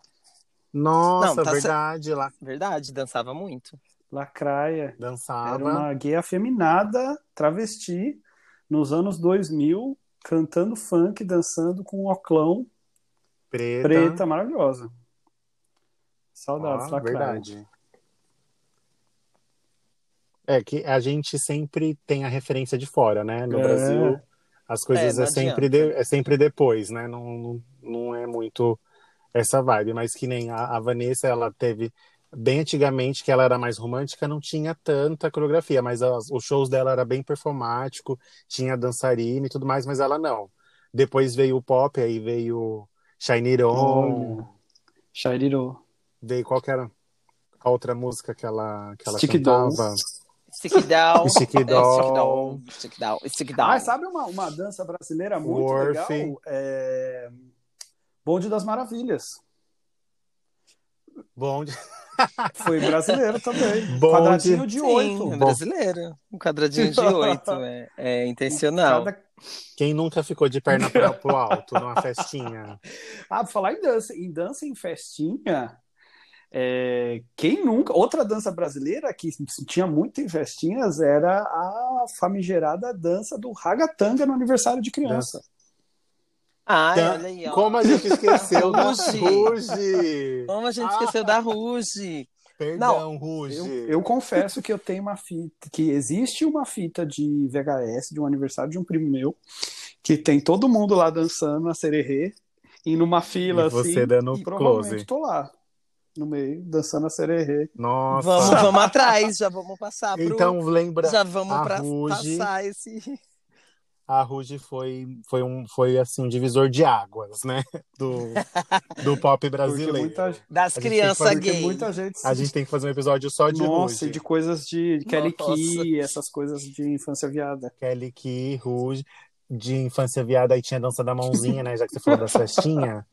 Nossa,
Não, tá
verdade, lá
Verdade, dançava muito.
Lacraia.
dançava.
Era uma gay afeminada, travesti, nos anos 2000, cantando funk, dançando com um oclão
Preta.
preta, maravilhosa.
Ó,
Saudades, Lacraia.
Ah, verdade. É que a gente sempre tem a referência de fora, né? No
É.
Brasil, as coisas
É,
é,
não
sempre de- é sempre depois, né? Não, não, não é muito essa vibe. Mas que nem a, a Vanessa, ela teve. Bem antigamente, que ela era mais romântica, não tinha tanta coreografia, mas as- os shows dela era bem performático, tinha dançarina e tudo mais, mas ela não. Depois veio o pop, aí veio Shine It On,
Olha. Shairiro.
Dei qual que era a outra música que ela, que ela
Stick
cantava?
Stick down.
Stick
É,
down.
Stick down. Stick down.
Ah, sabe uma, uma dança brasileira muito
Worth.
legal? É... Bonde das Maravilhas.
Bonde,
Foi brasileiro também.
Bonde.
Quadradinho de
Sim,
oito.
é brasileiro. Um quadradinho de oito. É, é intencional.
Cada-
Quem nunca ficou de perna pra, pro alto numa festinha?
Ah, pra falar em dança, em dança em festinha, é, quem nunca. Outra dança brasileira que tinha muito em festinhas era a famigerada dança do ragatanga no aniversário de criança.
Ai,
Tá.
olha aí, ó.
Como a gente esqueceu da
Ruge.
Ruge!
Como a gente
Ah.
esqueceu da Ruge.
Perdão, Ruge.
Eu, eu confesso que eu tenho uma fita, que existe uma fita de VHS de um aniversário de um primo meu, que tem todo mundo lá dançando a sererê, e numa fila
E você
assim,
dando
e provavelmente
close.
tô lá, no meio, dançando a sererê.
Nossa.
Vamos, vamos atrás, já vamos passar pro.
então lembra
já vamos
a
pra-
Ruge.
passar esse.
a Ruge foi, foi, um, foi assim, um divisor de águas, né? Do, do pop
Porque
brasileiro.
muita,
Das
A gente tem que
crianças
fazer
porque
gays.
muita gente.
A gente tem que fazer um episódio só de
Nossa, e
Ruge.
de coisas de Kelly
Nossa.
Key, essas coisas de infância viada.
Kelly Key, Ruge, de infância viada, aí tinha dança da mãozinha, né? Já que você falou da festinha.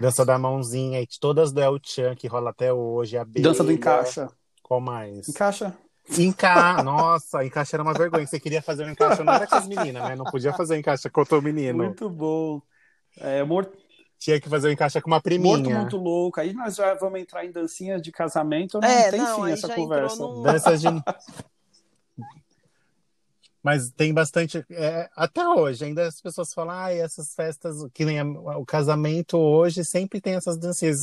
Dança da mãozinha, e todas do El Chan que rola até hoje. A
Dança do
abelha,
encaixa.
Qual mais?
Encaixa.
Encaixa. Nossa, encaixa era uma vergonha. Você queria fazer um encaixe, não era com as meninas, né? Não podia fazer encaixa com o menino.
Muito bom. É, morto,
Tinha que fazer um encaixe com uma
morto
priminha.
muito louco. Aí nós já vamos entrar em dancinhas de casamento. Não
É,
tem
não,
fim
aí
essa
já
conversa.
entrou num-
Danças de. Mas tem bastante. é, até hoje, ainda as pessoas falam, ai, essas festas, que nem a- o casamento hoje, sempre tem essas dancinhas.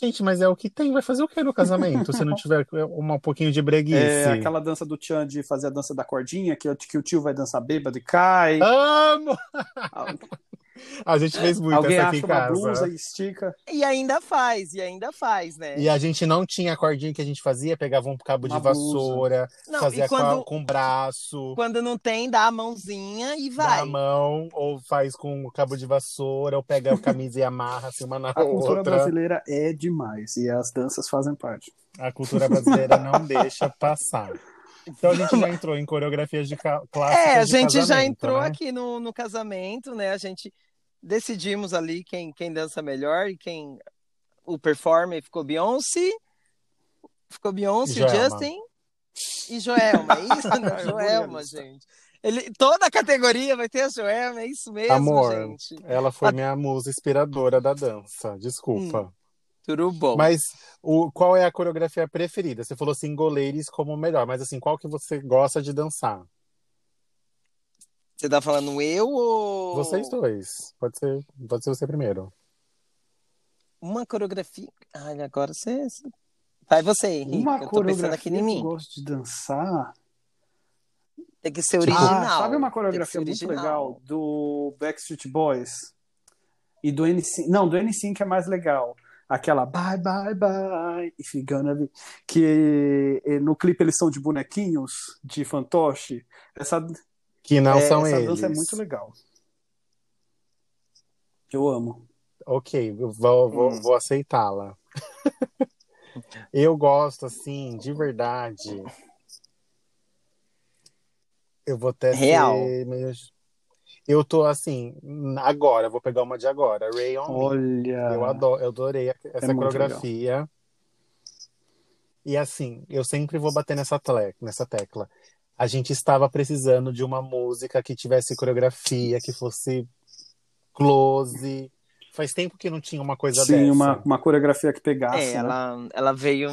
Gente, mas é o que tem, vai fazer o que no casamento? se não tiver uma- um pouquinho de breguice.
É, aquela dança do Tchan de fazer a dança da cordinha, que, o- que o tio vai dançar bêbado e cai.
Ah, Amo!
Al-
A gente fez muito
Alguém
essa aqui em
acha uma
casa. é.
blusa e estica.
E ainda faz, e ainda faz, né?
E a gente não tinha a cordinha que a gente fazia, pegava um cabo
Uma
de
blusa.
vassoura,
Não,
fazia
e quando,
com, a- com o braço.
quando não tem, dá a mãozinha e
da
vai.
mão, ou faz com o cabo de vassoura, ou pega a camisa e amarra assim, uma na
A cultura
outra.
brasileira é demais e as danças fazem parte.
A cultura brasileira não deixa passar. Então a gente já entrou em coreografias de ca... clássicas
É, a
de
gente já
casamento,
entrou
né?
aqui no, no casamento, né? A gente decidimos ali quem, quem dança melhor e quem o performer ficou Beyoncé, ficou Beyoncé,
Joelma.
Justin e Joelma. É isso, né? Joelma, gente. Ele, toda a categoria vai ter a Joelma, é isso mesmo,
Amor.
gente.
Ela foi minha musa inspiradora da dança, desculpa.
Tudo Hum. bom.
Mas o, qual é a coreografia preferida? Você falou assim, goleiros como o melhor, mas assim, qual que você gosta de dançar?
Você tá falando eu ou
Vocês dois. Pode ser, pode ser você primeiro.
uma coreografia? Ai, agora você Vai você, Henrique. eu tô
Uma
pensando
coreografia
aqui em
que
mim.
eu gosto de dançar.
Tem que ser
Tipo,
original.
Ah, sabe uma coreografia
Tem que
muito
ser
legal do Backstreet Boys? E do N5. Não, do N5 que é mais legal. Aquela bye bye bye, if you gonna be. Que eh, no clipe eles são de bonequinhos, de fantoche. Essa,
Que não
é,
são
essa
eles.
dança é muito legal. Eu amo.
Ok, eu vou, vou,
Hum.
vou aceitá-la. eu gosto, assim, de verdade. Eu vou até
Real.
ser meio. Eu tô assim, agora, eu vou pegar uma de agora, Ray on Me.
Olha. é
Eu adoro, eu adorei a- essa
muito
coreografia. E assim, eu sempre vou bater nessa, tle- nessa tecla. A gente estava precisando de uma música que tivesse coreografia, que fosse close. Faz tempo que não tinha uma coisa
Sim,
dessa.
uma, uma coreografia que
É,
pegasse. né?
ela, ela veio.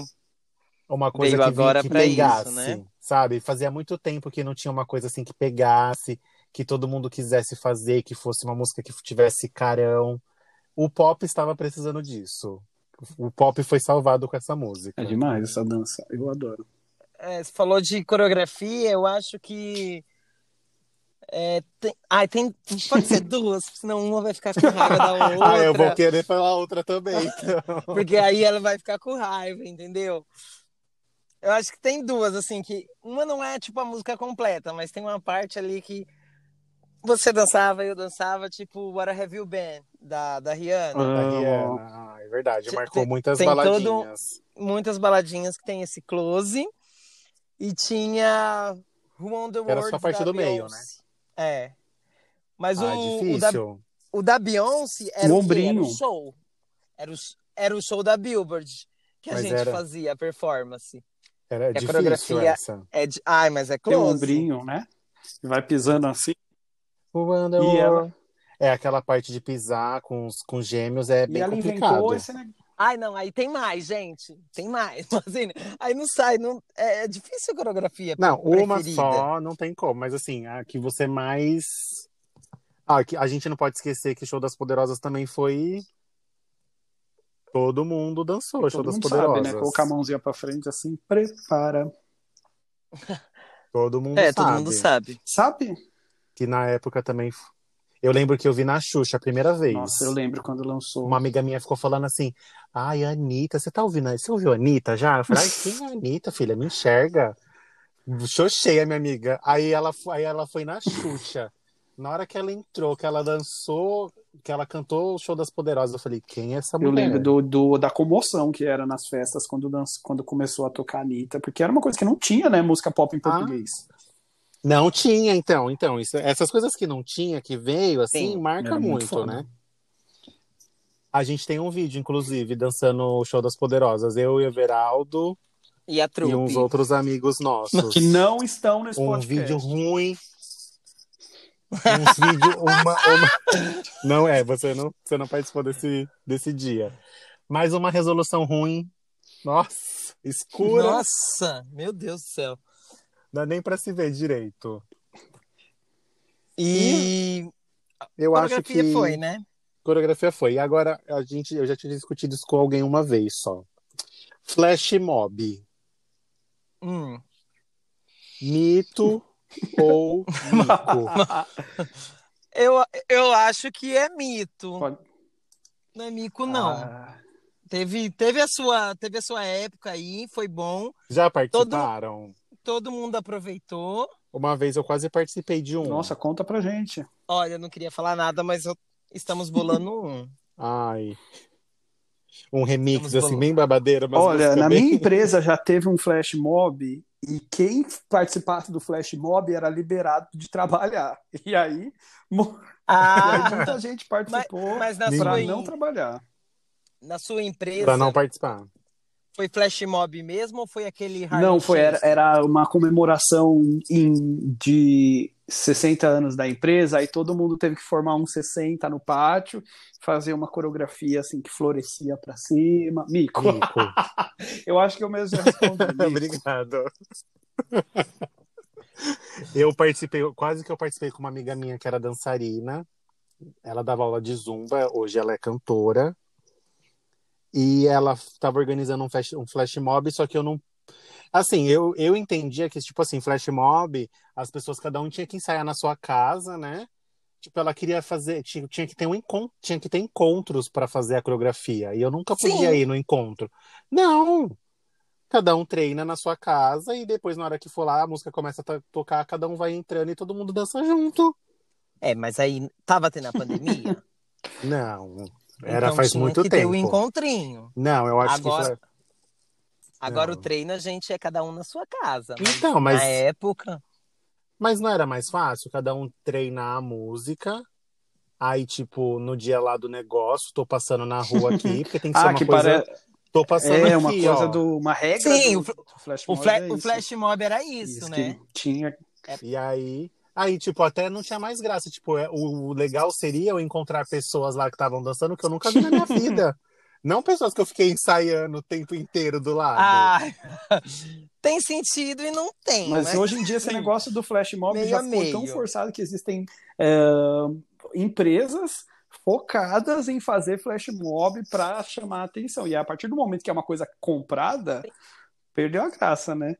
Uma coisa
veio
que, vi-
agora
que
pra isso,
pegasse,
né?
sabe? Fazia muito tempo que não tinha uma coisa assim que pegasse, que todo mundo quisesse fazer, que fosse uma música que tivesse carão. O pop estava precisando disso. O pop foi salvado com essa música.
É demais essa dança. Eu adoro.
é, você falou de coreografia, eu acho que. É, tem, ai, tem. Pode ser duas, senão uma vai ficar com raiva da outra.
Ah, eu vou querer falar outra também, então.
Porque aí ela vai ficar com raiva, entendeu? Eu acho que tem duas, assim, que uma não é tipo a música completa, mas tem uma parte ali que você dançava e eu dançava, tipo What a Have You Been, da, da Rihanna.
Da
Amo.
Rihanna. Ah, é verdade,
Tem-
marcou muitas
tem todo um-
baladinhas.
muitas baladinhas que tem esse close. E tinha Who on the
Era
World
só a parte
um da
do meio, né?
Beyoncé. É. Mas
Ah,
o, o, da,
difícil.
o da Beyoncé era
O
o, quê? Era
ombrinho.
o show. Era o, era o show da Billboard que a
Mas
gente
era-
fazia, a performance.
Era
que É a
difícil
coreografia-
essa.
É de... Ai, mas é
Tem um
close.
ombrinho, né? Vai pisando assim.
O Wonder
E ela-
Woman. É aquela parte de pisar com os com os gêmeos é
e
bem
ela
complicado.
inventou esse negócio.
Ai, não, aí tem mais, gente. Tem mais. Mas, Assim, aí não sai. Não... É é difícil a coreografia.
Não, uma
preferida.
só não tem como, mas assim, a que você mais Ah, que a gente não pode esquecer que Show das Poderosas também foi todo mundo dançou Show
Todo
das
mundo sabe,
Poderosas.
né? Colocar a mãozinha pra frente assim, prepara.
Todo mundo
É,
sabe.
todo mundo sabe.
Sabe?
Que na época também f- eu lembro que eu vi na Xuxa a primeira vez.
Nossa, eu lembro quando lançou.
Uma amiga minha ficou falando assim: Ai, Anitta, você tá ouvindo? Você ouviu a Anitta já? Eu falei: Ai, quem é a Anitta, filha? Me enxerga. Xoxei a minha amiga. Aí ela, fo- aí ela foi na Xuxa. Na hora que ela entrou, que ela dançou, que ela cantou o show das Poderosas, eu falei, quem é essa
Eu
mulher?
lembro do, do- da comoção que era nas festas quando, dança, quando começou a tocar a Anitta, porque era uma coisa que não tinha, né? Música pop em português.
Não tinha, então, então isso- essas coisas que não tinha, que veio assim,
Sim,
marca
era muito
muito,
foda.
né? A gente tem um vídeo, inclusive, dançando o show das Poderosas, eu e o Everaldo
E a trupe.
e uns outros amigos nossos.
Que não estão nesse
um
podcast.
vídeo ruim. Uns vídeo, uma, uma- Não é, você não, você não participou desse, desse dia. Mas uma resolução ruim. Nossa, escura.
Nossa, meu Deus do céu.
Não dá nem pra se ver direito.
E, a
Eu acho
coreografia
que.
foi, né?
Coreografia foi. E agora, a gente, eu já tinha discutido isso com alguém uma vez só. Flash mob.
Hum.
Mito ou
Ah,
mico?
Eu, eu acho que é mito.
Pode-
Não é mico, não.
Ah,
Teve, teve, a sua, teve a sua época aí, foi bom.
Já participaram?
Todo mundo aproveitou.
Uma vez eu quase participei de um.
nossa, conta pra gente.
Olha, eu não queria falar nada, mas eu- estamos bolando um.
Ai. Um remix,
Estamos
assim,
bolando.
bem babadeiro. Mas
Olha,
música
na
bem-
minha empresa já teve um flash mob e quem participasse do flash mob era liberado de trabalhar. E aí, mu- e aí
Ah,
muita gente participou
mas na
pra
sua,
não
em-
trabalhar.
na sua empresa,
Pra não participar.
foi flash mob mesmo ou foi aquele Harlem
Não, foi, era,
Shake?
era uma comemoração em- de 60 anos da empresa, aí todo mundo teve que formar um 60 no pátio, fazer uma coreografia assim que florescia pra cima. Mico,
Mico.
eu acho que eu mesmo já respondi. Mico.
Obrigado. Eu participei, quase que eu participei com uma amiga minha que era dançarina. Ela dava aula de zumba, hoje ela é cantora. E ela estava organizando um flash, um flash mob, só que eu não. Assim, eu, eu entendia que, tipo assim, flash mob, as pessoas, cada um tinha que ensaiar na sua casa, né? Tipo, ela queria fazer, tinha, tinha que ter um encontro, tinha que ter encontros para fazer a coreografia. E eu nunca podia
Sim.
ir no encontro. Não! Cada um treina na sua casa e depois, na hora que for lá, a música começa a to- tocar, cada um vai entrando e todo mundo dança junto.
É, mas aí tava tendo a pandemia.
Não, era
então
faz
tinha
muito
que ter
tempo.
o encontrinho.
Não, eu acho
Agora-
que
Agora
Não.
o treino, a gente é cada um na sua casa.
foi... Então, mas,
Na época.
mas não era mais fácil cada um treinar a música. Aí, tipo, no dia lá do negócio, tô passando na rua aqui, porque tem que ser
Ah,
uma
que
coisa.
parece.
Tô passando
É,
aqui,
uma coisa
ó.
do. Uma regra
Sim,
do,
o fl-
do flash
O,
mob.
fla-
é
o
isso.
flash mob era isso,
Isso
né?
que tinha.
E aí, aí, tipo, até não tinha mais graça. Tipo, é, o, o legal seria eu encontrar pessoas lá que estavam dançando que eu nunca vi na minha vida. Não pessoas que eu fiquei ensaiando o tempo inteiro do lado.
Ah, tem sentido e não tem.
Mas
né?
hoje em dia esse negócio do flash mob
Meio
já
a
ficou tão
meio.
forçado que existem é, empresas focadas em fazer flash mob para chamar a atenção. E a partir do momento que é uma coisa comprada, perdeu a graça, né?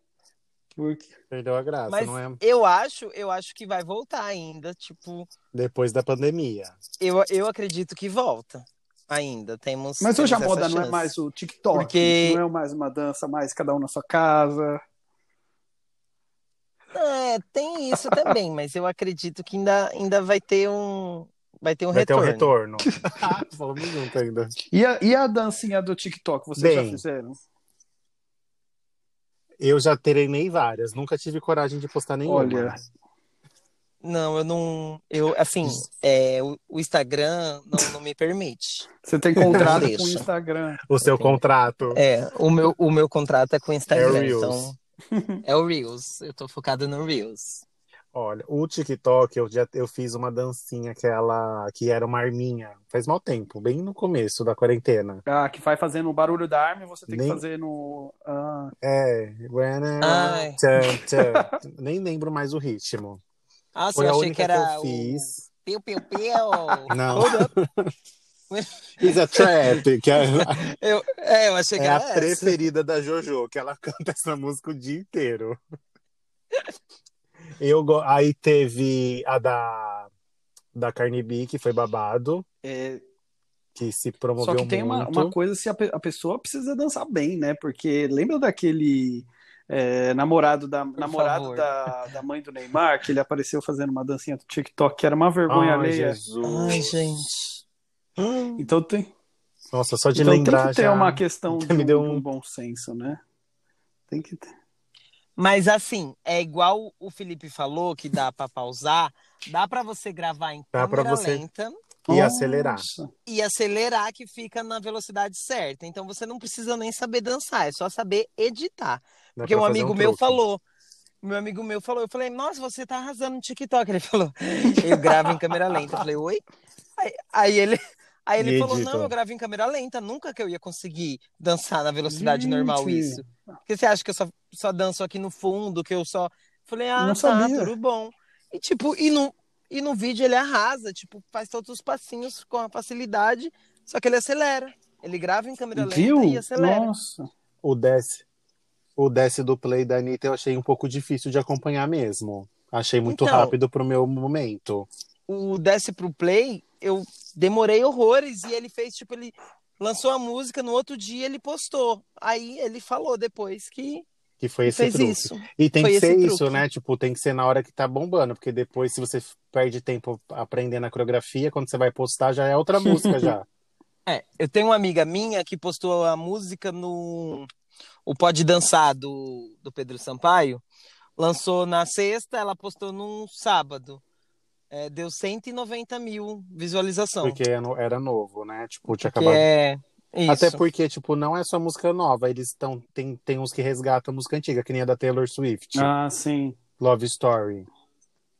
Porque
Perdeu a graça,
Mas
não é?
eu acho, eu acho que vai voltar ainda. Tipo,
Depois da pandemia.
eu, eu acredito que volta ainda. Temos.
Mas hoje a
temos essa
moda não é
chance.
mais o TikTok,
Porque-
não é mais uma dança mais cada um na sua casa.
É, tem isso também, mas eu acredito que ainda, ainda vai ter um. Vai ter um
Vai
retorno.
ter um retorno. Ah, Falamos junto ainda.
E a, e a dancinha do TikTok, vocês já
Bem.
fizeram?
Eu já treinei várias, nunca tive coragem de postar nenhuma.
Olha,
Não, eu não. Eu, assim, é, o, o Instagram não, não me permite.
você tem contrato
Deixa.
com o Instagram.
o seu contrato.
É, o meu, o meu contrato é com o Instagram,
É o Reels.
então. É o Reels. Eu tô focada no Reels.
Olha, o TikTok, eu já eu fiz uma dancinha que ela que era uma arminha, faz mal tempo, bem no começo da quarentena.
Ah, que vai fazendo o barulho da arma e você tem
Nem-
que fazer no. Ah,
É, when I-
Ai.
tchan, tchan. nem lembro mais o ritmo.
Ah,
Foi a
eu achei
única
que
que,
era
eu
o
fiz.
Piu Piu Piu.
Não. Is a trap, que é,
Eu, é, eu achei que
é
era
a
essa.
preferida da JoJo, que ela canta essa música o dia inteiro. Eu go- aí teve a da da Carne B, que foi babado,
é,
que se promoveu
só que tem uma,
muito.
uma coisa se a, pe- a pessoa precisa dançar bem, né? Porque lembra daquele é, namorado da,
Por
namorado
favor.
da, da mãe do Neymar, que ele apareceu fazendo uma dancinha do TikTok, que era uma vergonha
Ai,
alheia.
Jesus.
Ai, gente.
Então tem,
Nossa, só de
então
lembrar
tem que ter
já.
uma questão de
me
um,
deu
de um
um-
bom senso, né? Tem que ter.
Mas assim, é igual o Felipe falou que dá pra pausar, dá pra você gravar em
Dá pra
câmera
você-
lenta
E
Nossa.
acelerar.
e acelerar que fica na velocidade certa. Então você não precisa nem saber dançar, é só saber editar.
Dá
Porque
pra
um
fazer
amigo
um
meu
truque.
falou. Meu amigo meu falou, eu falei, nossa, você tá arrasando no TikTok. Ele falou, eu gravo em câmera lenta. Eu falei, oi? Aí, aí ele, aí ele
E
falou,
edita.
não, eu gravo em câmera lenta. Nunca que eu ia conseguir dançar na velocidade
Gente.
normal isso. Porque você acha que eu só, só danço aqui no fundo, que eu só. Falei, ah,
Não
tá,
sabia.
tudo bom. E tipo, e no, e no vídeo ele arrasa, tipo, faz todos os passinhos com a facilidade, só que ele acelera. Ele grava em câmera lenta
Viu?
e acelera.
Nossa.
O desce, o desce do play da Anitta eu achei um pouco difícil de acompanhar mesmo. Achei muito
Então.
rápido pro meu momento.
o Desce Pro Play, eu demorei horrores e ele fez, tipo, ele lançou a música, no outro dia ele postou. Aí ele falou depois que
Que foi esse é
fez
truque.
isso.
E tem
Foi
que
esse
ser
truque.
isso, né? Tipo, tem que ser na hora que tá bombando, porque depois, se você perde tempo aprendendo a coreografia, quando você vai postar, já é outra música já.
É, eu tenho uma amiga minha que postou a música no o Pode Dançar do, do Pedro Sampaio. Lançou na sexta, ela postou num sábado. É, deu 190 mil visualização.
Porque era no- era novo, né? Tipo, tinha
Que
acabado.
é isso.
Até porque, tipo, não é só música nova, eles estão. Tem, tem uns que resgatam música antiga, que nem a da Taylor Swift,
Ah, sim.
Love Story.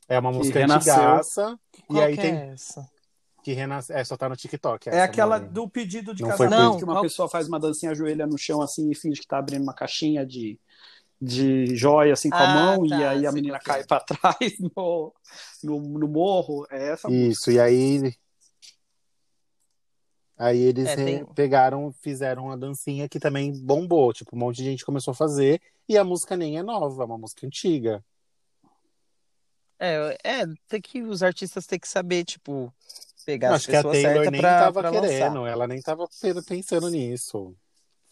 É uma música
renasceu.
antigaça. E
Qual
aí
que
tem
é essa?
que renasce. É, só tá no TikTok.
É
essa,
aquela
mano.
do pedido de
Não foi
casamento,
por-
que uma
Qual-
pessoa faz uma dancinha ajoelha no chão assim e finge que tá abrindo uma caixinha de, de joia assim com a
Ah,
mão e
tá,
aí a
sei
menina
qual que
cai
é.
pra trás no, no, no morro. É essa
Isso, e aí. Aí eles
É,
re-
tem-
pegaram, fizeram uma dancinha que também bombou. Tipo, um monte de gente começou a fazer. E a música nem é nova, é uma música antiga.
É, é, tem que os artistas têm que saber, tipo, pegar as
Acho que a
pessoas
Taylor
certas
nem
pra,
tava
pra
querendo,
lançar.
ela nem tava pe- pensando nisso.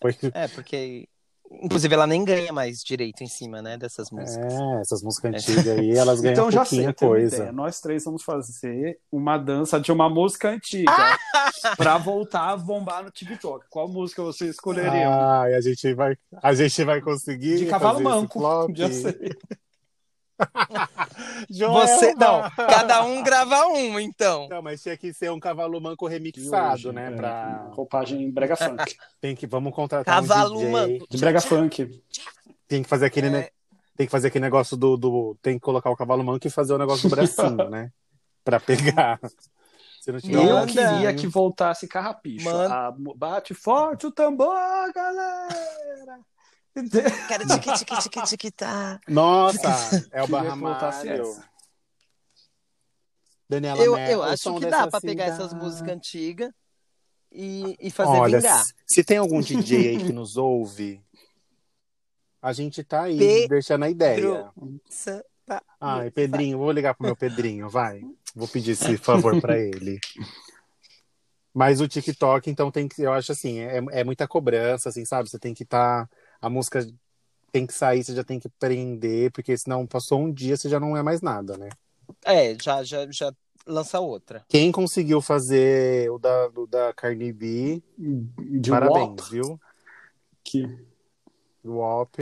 Foi...
É, porque inclusive ela nem ganha mais direito em cima, né, dessas músicas.
É, essas músicas antigas aí, elas ganham
Então já sei,
pouquinha
eu tenho uma
um coisa.
ideia. Nós três vamos fazer uma dança de uma música antiga
Ah!
pra voltar a bombar no TikTok. Qual música você escolheria?
Ai, a gente vai, a gente vai conseguir
de cavalo
fazer esse
manco.
flop.
Já sei.
Joelma!
Você não, cada um grava um, então.
Não, mas tinha que ser um cavalo manco remixado, né?
É,
Pra...
Roupagem brega funk.
Tem que, vamos contratar
Cavalo
um DJ.
manco. É.
De brega funk.
Tem que fazer aquele, ne- tem que fazer aquele negócio do, do- tem que colocar o cavalo manco e fazer o negócio do bracinho, né? Pra pegar. Se não tiver
Manda.
Eu
um
queria que voltasse Carrapicho.
Manda.
A- bate forte o tambor, galera!
É, Quero tique tique tique tique tá.
Nossa, é o
Queria que voltasse
Barramário.
essa.
Daniela um
Eu,
Mercury,
eu
o
acho
som
que dá
dessa assim
pra pegar essas
cidade.
músicas antigas e, e fazer
Olha,
vingar.
se- se tem algum DJ aí que nos ouve, a gente tá aí
Pedro.
deixando a ideia.
Sa- pa-
Ai, Pedrinho, vou ligar pro meu Pedrinho, vai. Vou pedir esse favor pra ele. Mas o TikTok, então, tem que. Eu acho assim, é, é muita cobrança, assim, sabe? Você tem que estar. a música tem que sair, você já tem que prender, porque senão passou um dia, você já não é mais nada, né?
É, já, já, já lança outra.
Quem conseguiu fazer o da, o da Cardi B,
De
parabéns,
Wop,
viu?
que
Wop.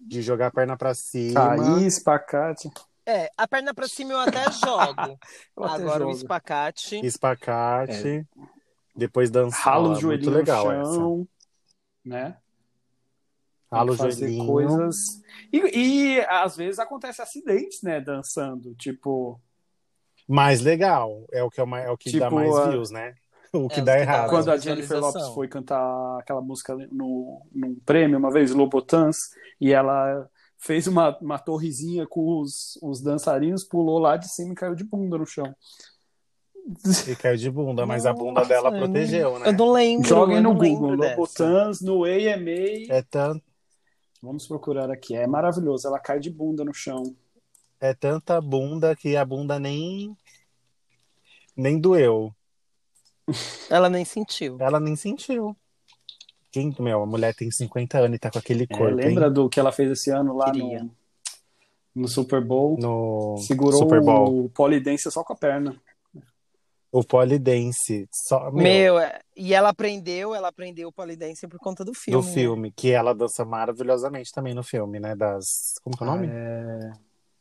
De jogar a perna pra cima.
Thaís, espacate.
É, a perna pra cima eu até jogo.
Eu até
Agora o
jogo.
espacate.
espacate, depois dançar.
É. Rala o
Muito
joelhinho
legal
no chão. Né?
essa. Rala o
fazer
joelhinho.
coisas. E, e, às vezes acontece acidentes, né? Dançando. Tipo,
Mais legal. É o que, é o mais- é o que
Tipo,
dá mais
a- tipo,
views, né? O que
É,
dá
os que dá
errado.
mais-
quando a Jennifer
visualização.
Lopes foi cantar aquela música no, num prêmio uma vez, Lobotans, e ela fez uma, uma torrezinha com os, os dançarinos, pulou lá de cima e caiu de bunda no chão.
E caiu de bunda, mas a bunda
Nossa,
dela
eu não-
protegeu, né?
Eu não lembro.
Joguem
Hum, eu
no
não lembro
Google,
dessa.
Lobotans, no AMA.
É, tan-
Vamos procurar aqui. É maravilhoso, ela cai de bunda no chão.
é tanta bunda que a bunda nem. Nem doeu.
Ela nem sentiu.
Ela nem sentiu. Quem, meu, a mulher tem 50 anos e tá com aquele
É,
corpo,
lembra
hein?
do que ela fez esse ano lá
Queria.
no, no Super Bowl?
No
Segurou
Super Bowl.
o polidência só com a perna.
O polidense. Só, meu,
Meu, é- e ela aprendeu, ela aprendeu polidense por conta do filme.
do filme, que ela dança maravilhosamente também no filme, né? Das. Como que é o nome?
É...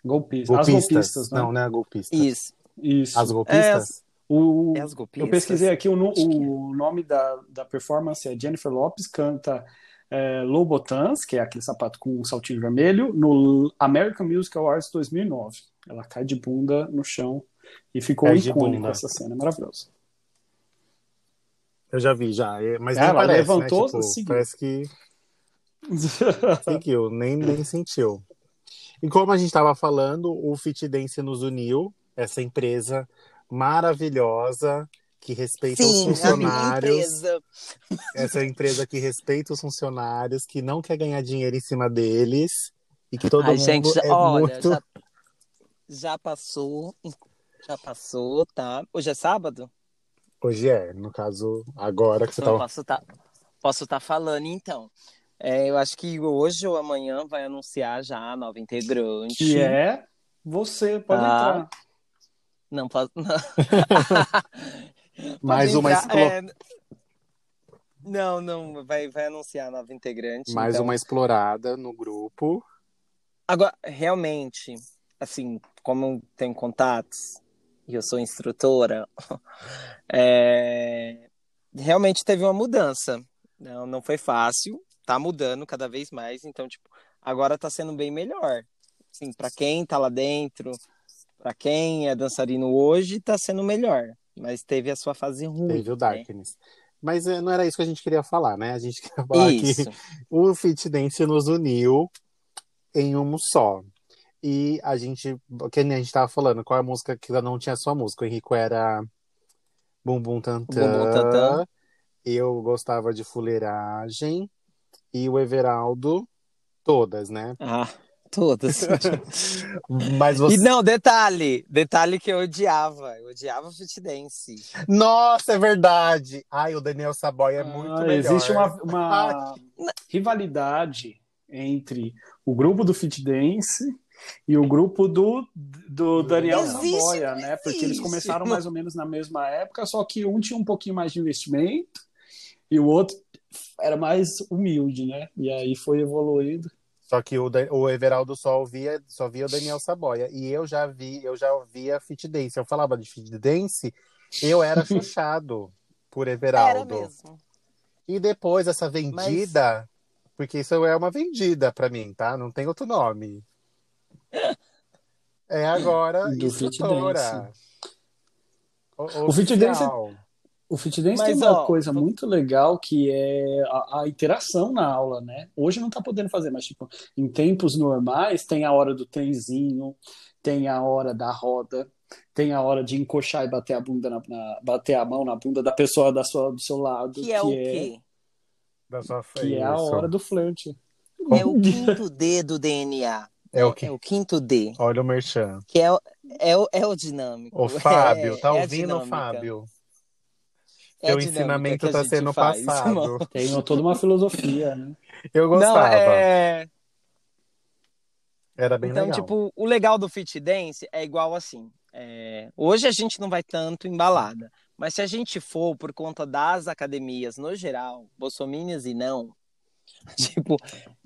Golpista.
golpistas.
As golpistas, né?
Não, né? Golpistas.
Né? Isso.
Isso.
As golpistas?
O-
É as golpistas.
Eu pesquisei aqui o, no-
Acho que é.
o nome da, da performance é Jennifer Lopes canta é, Lobotans, que é aquele sapato com um saltinho vermelho, no American Music Awards 2009. Ela cai de bunda no chão e ficou
Cai de
icônico
bunda.
essa cena, é maravilhosa.
Eu já vi, já. É, Mas
É,
nem
ela
parece,
levantou,
né? Tipo,
assim.
seguiu.
parece que seguiu, nem, nem sentiu. E como a gente estava falando, o Fit Dance nos uniu, essa empresa maravilhosa que respeita os
Sim, a minha
então, funcionários.
empresa.
Essa empresa que respeita os funcionários, que não quer ganhar dinheiro em cima deles. E que todo
Ai,
mundo
gente,
é
olha,
muito.
já, já passou, já passou, tá? Hoje é sábado?
Hoje é, no caso, agora que você
Então,
tava.
posso tá, posso tá falando, então. É, eu acho que hoje ou amanhã vai anunciar já a nova integrante.
Que é você, pode
Ah.
entrar.
Não posso. Não.
Mais
Pode
uma
entrar,
explo-
é. Não, não, vai, vai anunciar a nova integrante.
Mais
então.
uma explorada no grupo.
Agora, realmente, assim, como eu tenho contatos e eu sou instrutora, é, realmente teve uma mudança. Não, não foi fácil, tá mudando cada vez mais, então, tipo, agora tá sendo bem melhor. Assim, para quem tá lá dentro, para quem é dançarino hoje, tá sendo melhor. Mas teve a sua fase ruim.
Teve o
né?
Darkness. Mas é, não era isso que a gente queria falar, né? A gente queria falar que
Isso.
o Fit Dance nos uniu em um só. E a gente, que nem a gente tava falando, qual é a música que ainda não tinha sua música? O Henrico era Bum Bum Tantã.
Bum Bum Tantã.
Eu gostava de Fuleiragem. E o Everaldo, todas, né?
Ah, todas.
Mas você.
E não, detalhe, detalhe que eu odiava, eu odiava fit dance.
Nossa, é verdade! Ai, o Daniel Saboy é muito
Ah,
melhor.
Existe uma, uma rivalidade entre o grupo do Fit Dance e o grupo do, do Daniel
Existe,
Saboia, né? Porque eles
existe.
começaram mais ou menos na mesma época, só que um tinha um pouquinho mais de investimento e o outro era mais humilde, né? E aí foi evoluindo.
Só que o, Da- o Everaldo só ouvia, só via o Daniel Saboia. E eu já vi, eu já ouvia fit dance. Eu falava de fit dance, eu era chuchado por
Era
Everaldo.
mesmo.
E depois essa vendida, porque isso é uma vendida pra mim, tá? Não tem outro nome. É agora
Do fit
instrutora.
O fit dance é-
Oficial.
O Fit Dance
Mas,
tem uma
ó,
coisa
vo-
muito legal que é a, a interação na aula, né? Hoje não tá podendo fazer, mas tipo, em tempos normais tem a hora do trenzinho, tem a hora da roda, tem a hora de encoxar e bater a bunda na, na- bater a mão na bunda da pessoa da sua, do seu lado,
Que é o quê?
da sua
que é a
isso.
hora do flerte.
É o quinto D do DNA.
É o que?
É o quinto D,
Olha o Merchan.
que é, o- é, o- é o dinâmico.
Ô, Fábio,
É-
tá
é a
ouvindo,
dinâmica.
Fábio?
É a
Seu
dinâmica que
ensinamento
a
tá
gente
sendo
faz.
passado.
Tem toda uma filosofia, né?
Eu
Não,
gostava.
é...
Era bem
então,
legal.
tipo, o legal do fit dance é igual assim. é, Hoje a gente não vai tanto em balada, mas se a gente for por conta das academias no geral, bolsominions e não, tipo,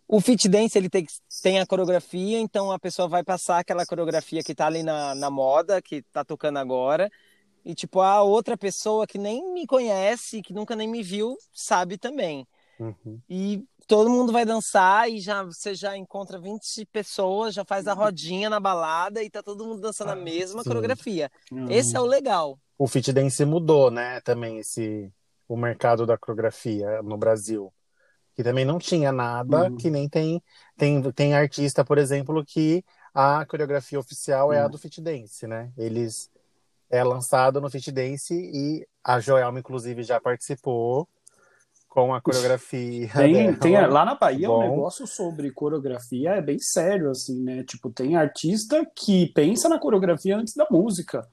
o fit dance ele tem, que- tem a coreografia, então a pessoa vai passar aquela coreografia que tá ali na, na moda, que tá tocando agora, e tipo, a outra pessoa que nem me conhece, que nunca nem me viu, sabe também
Uhum.
e todo mundo vai dançar e já você já encontra 20 pessoas, já faz a
Uhum.
rodinha na balada e tá todo mundo dançando a mesma
sim.
coreografia.
Uhum.
Esse é o legal.
O fit dance mudou, né? Também esse o mercado da coreografia no Brasil, que também não tinha nada,
Uhum.
que nem tem tem tem artista, por exemplo, que a coreografia oficial é a
Uhum.
do fit dance, né? Eles é lançado no fit dance e a Joelma inclusive já participou com a coreografia
Tem,
dela.
tem- lá na
É,
Bahia
Bom.
um negócio sobre coreografia é bem sério, assim, né? Tipo, tem artista que pensa na coreografia antes da música.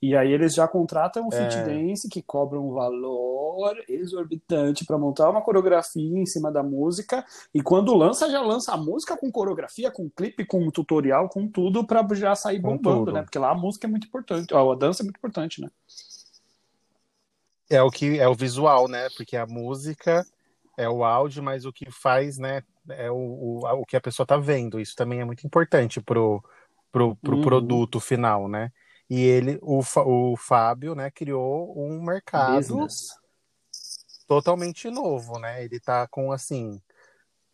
E aí eles já contratam um
É.
fit dance que cobra um valor exorbitante para montar uma coreografia em cima da música. E quando lança, já lança a música com coreografia, com clipe, com tutorial, com tudo para já sair
Com
bombando,
tudo.
né? Porque lá a música é muito importante, ó, a dança é muito importante, né?
É o que é o visual, né? Porque a música é o áudio, mas o que faz, né? É o, o, a- o que a pessoa tá vendo. Isso também é muito importante pro, pro, pro
Uhum.
produto final, né? E ele, o, Fa- o Fábio, né, criou um mercado
Business.
totalmente novo, né? Ele tá com assim,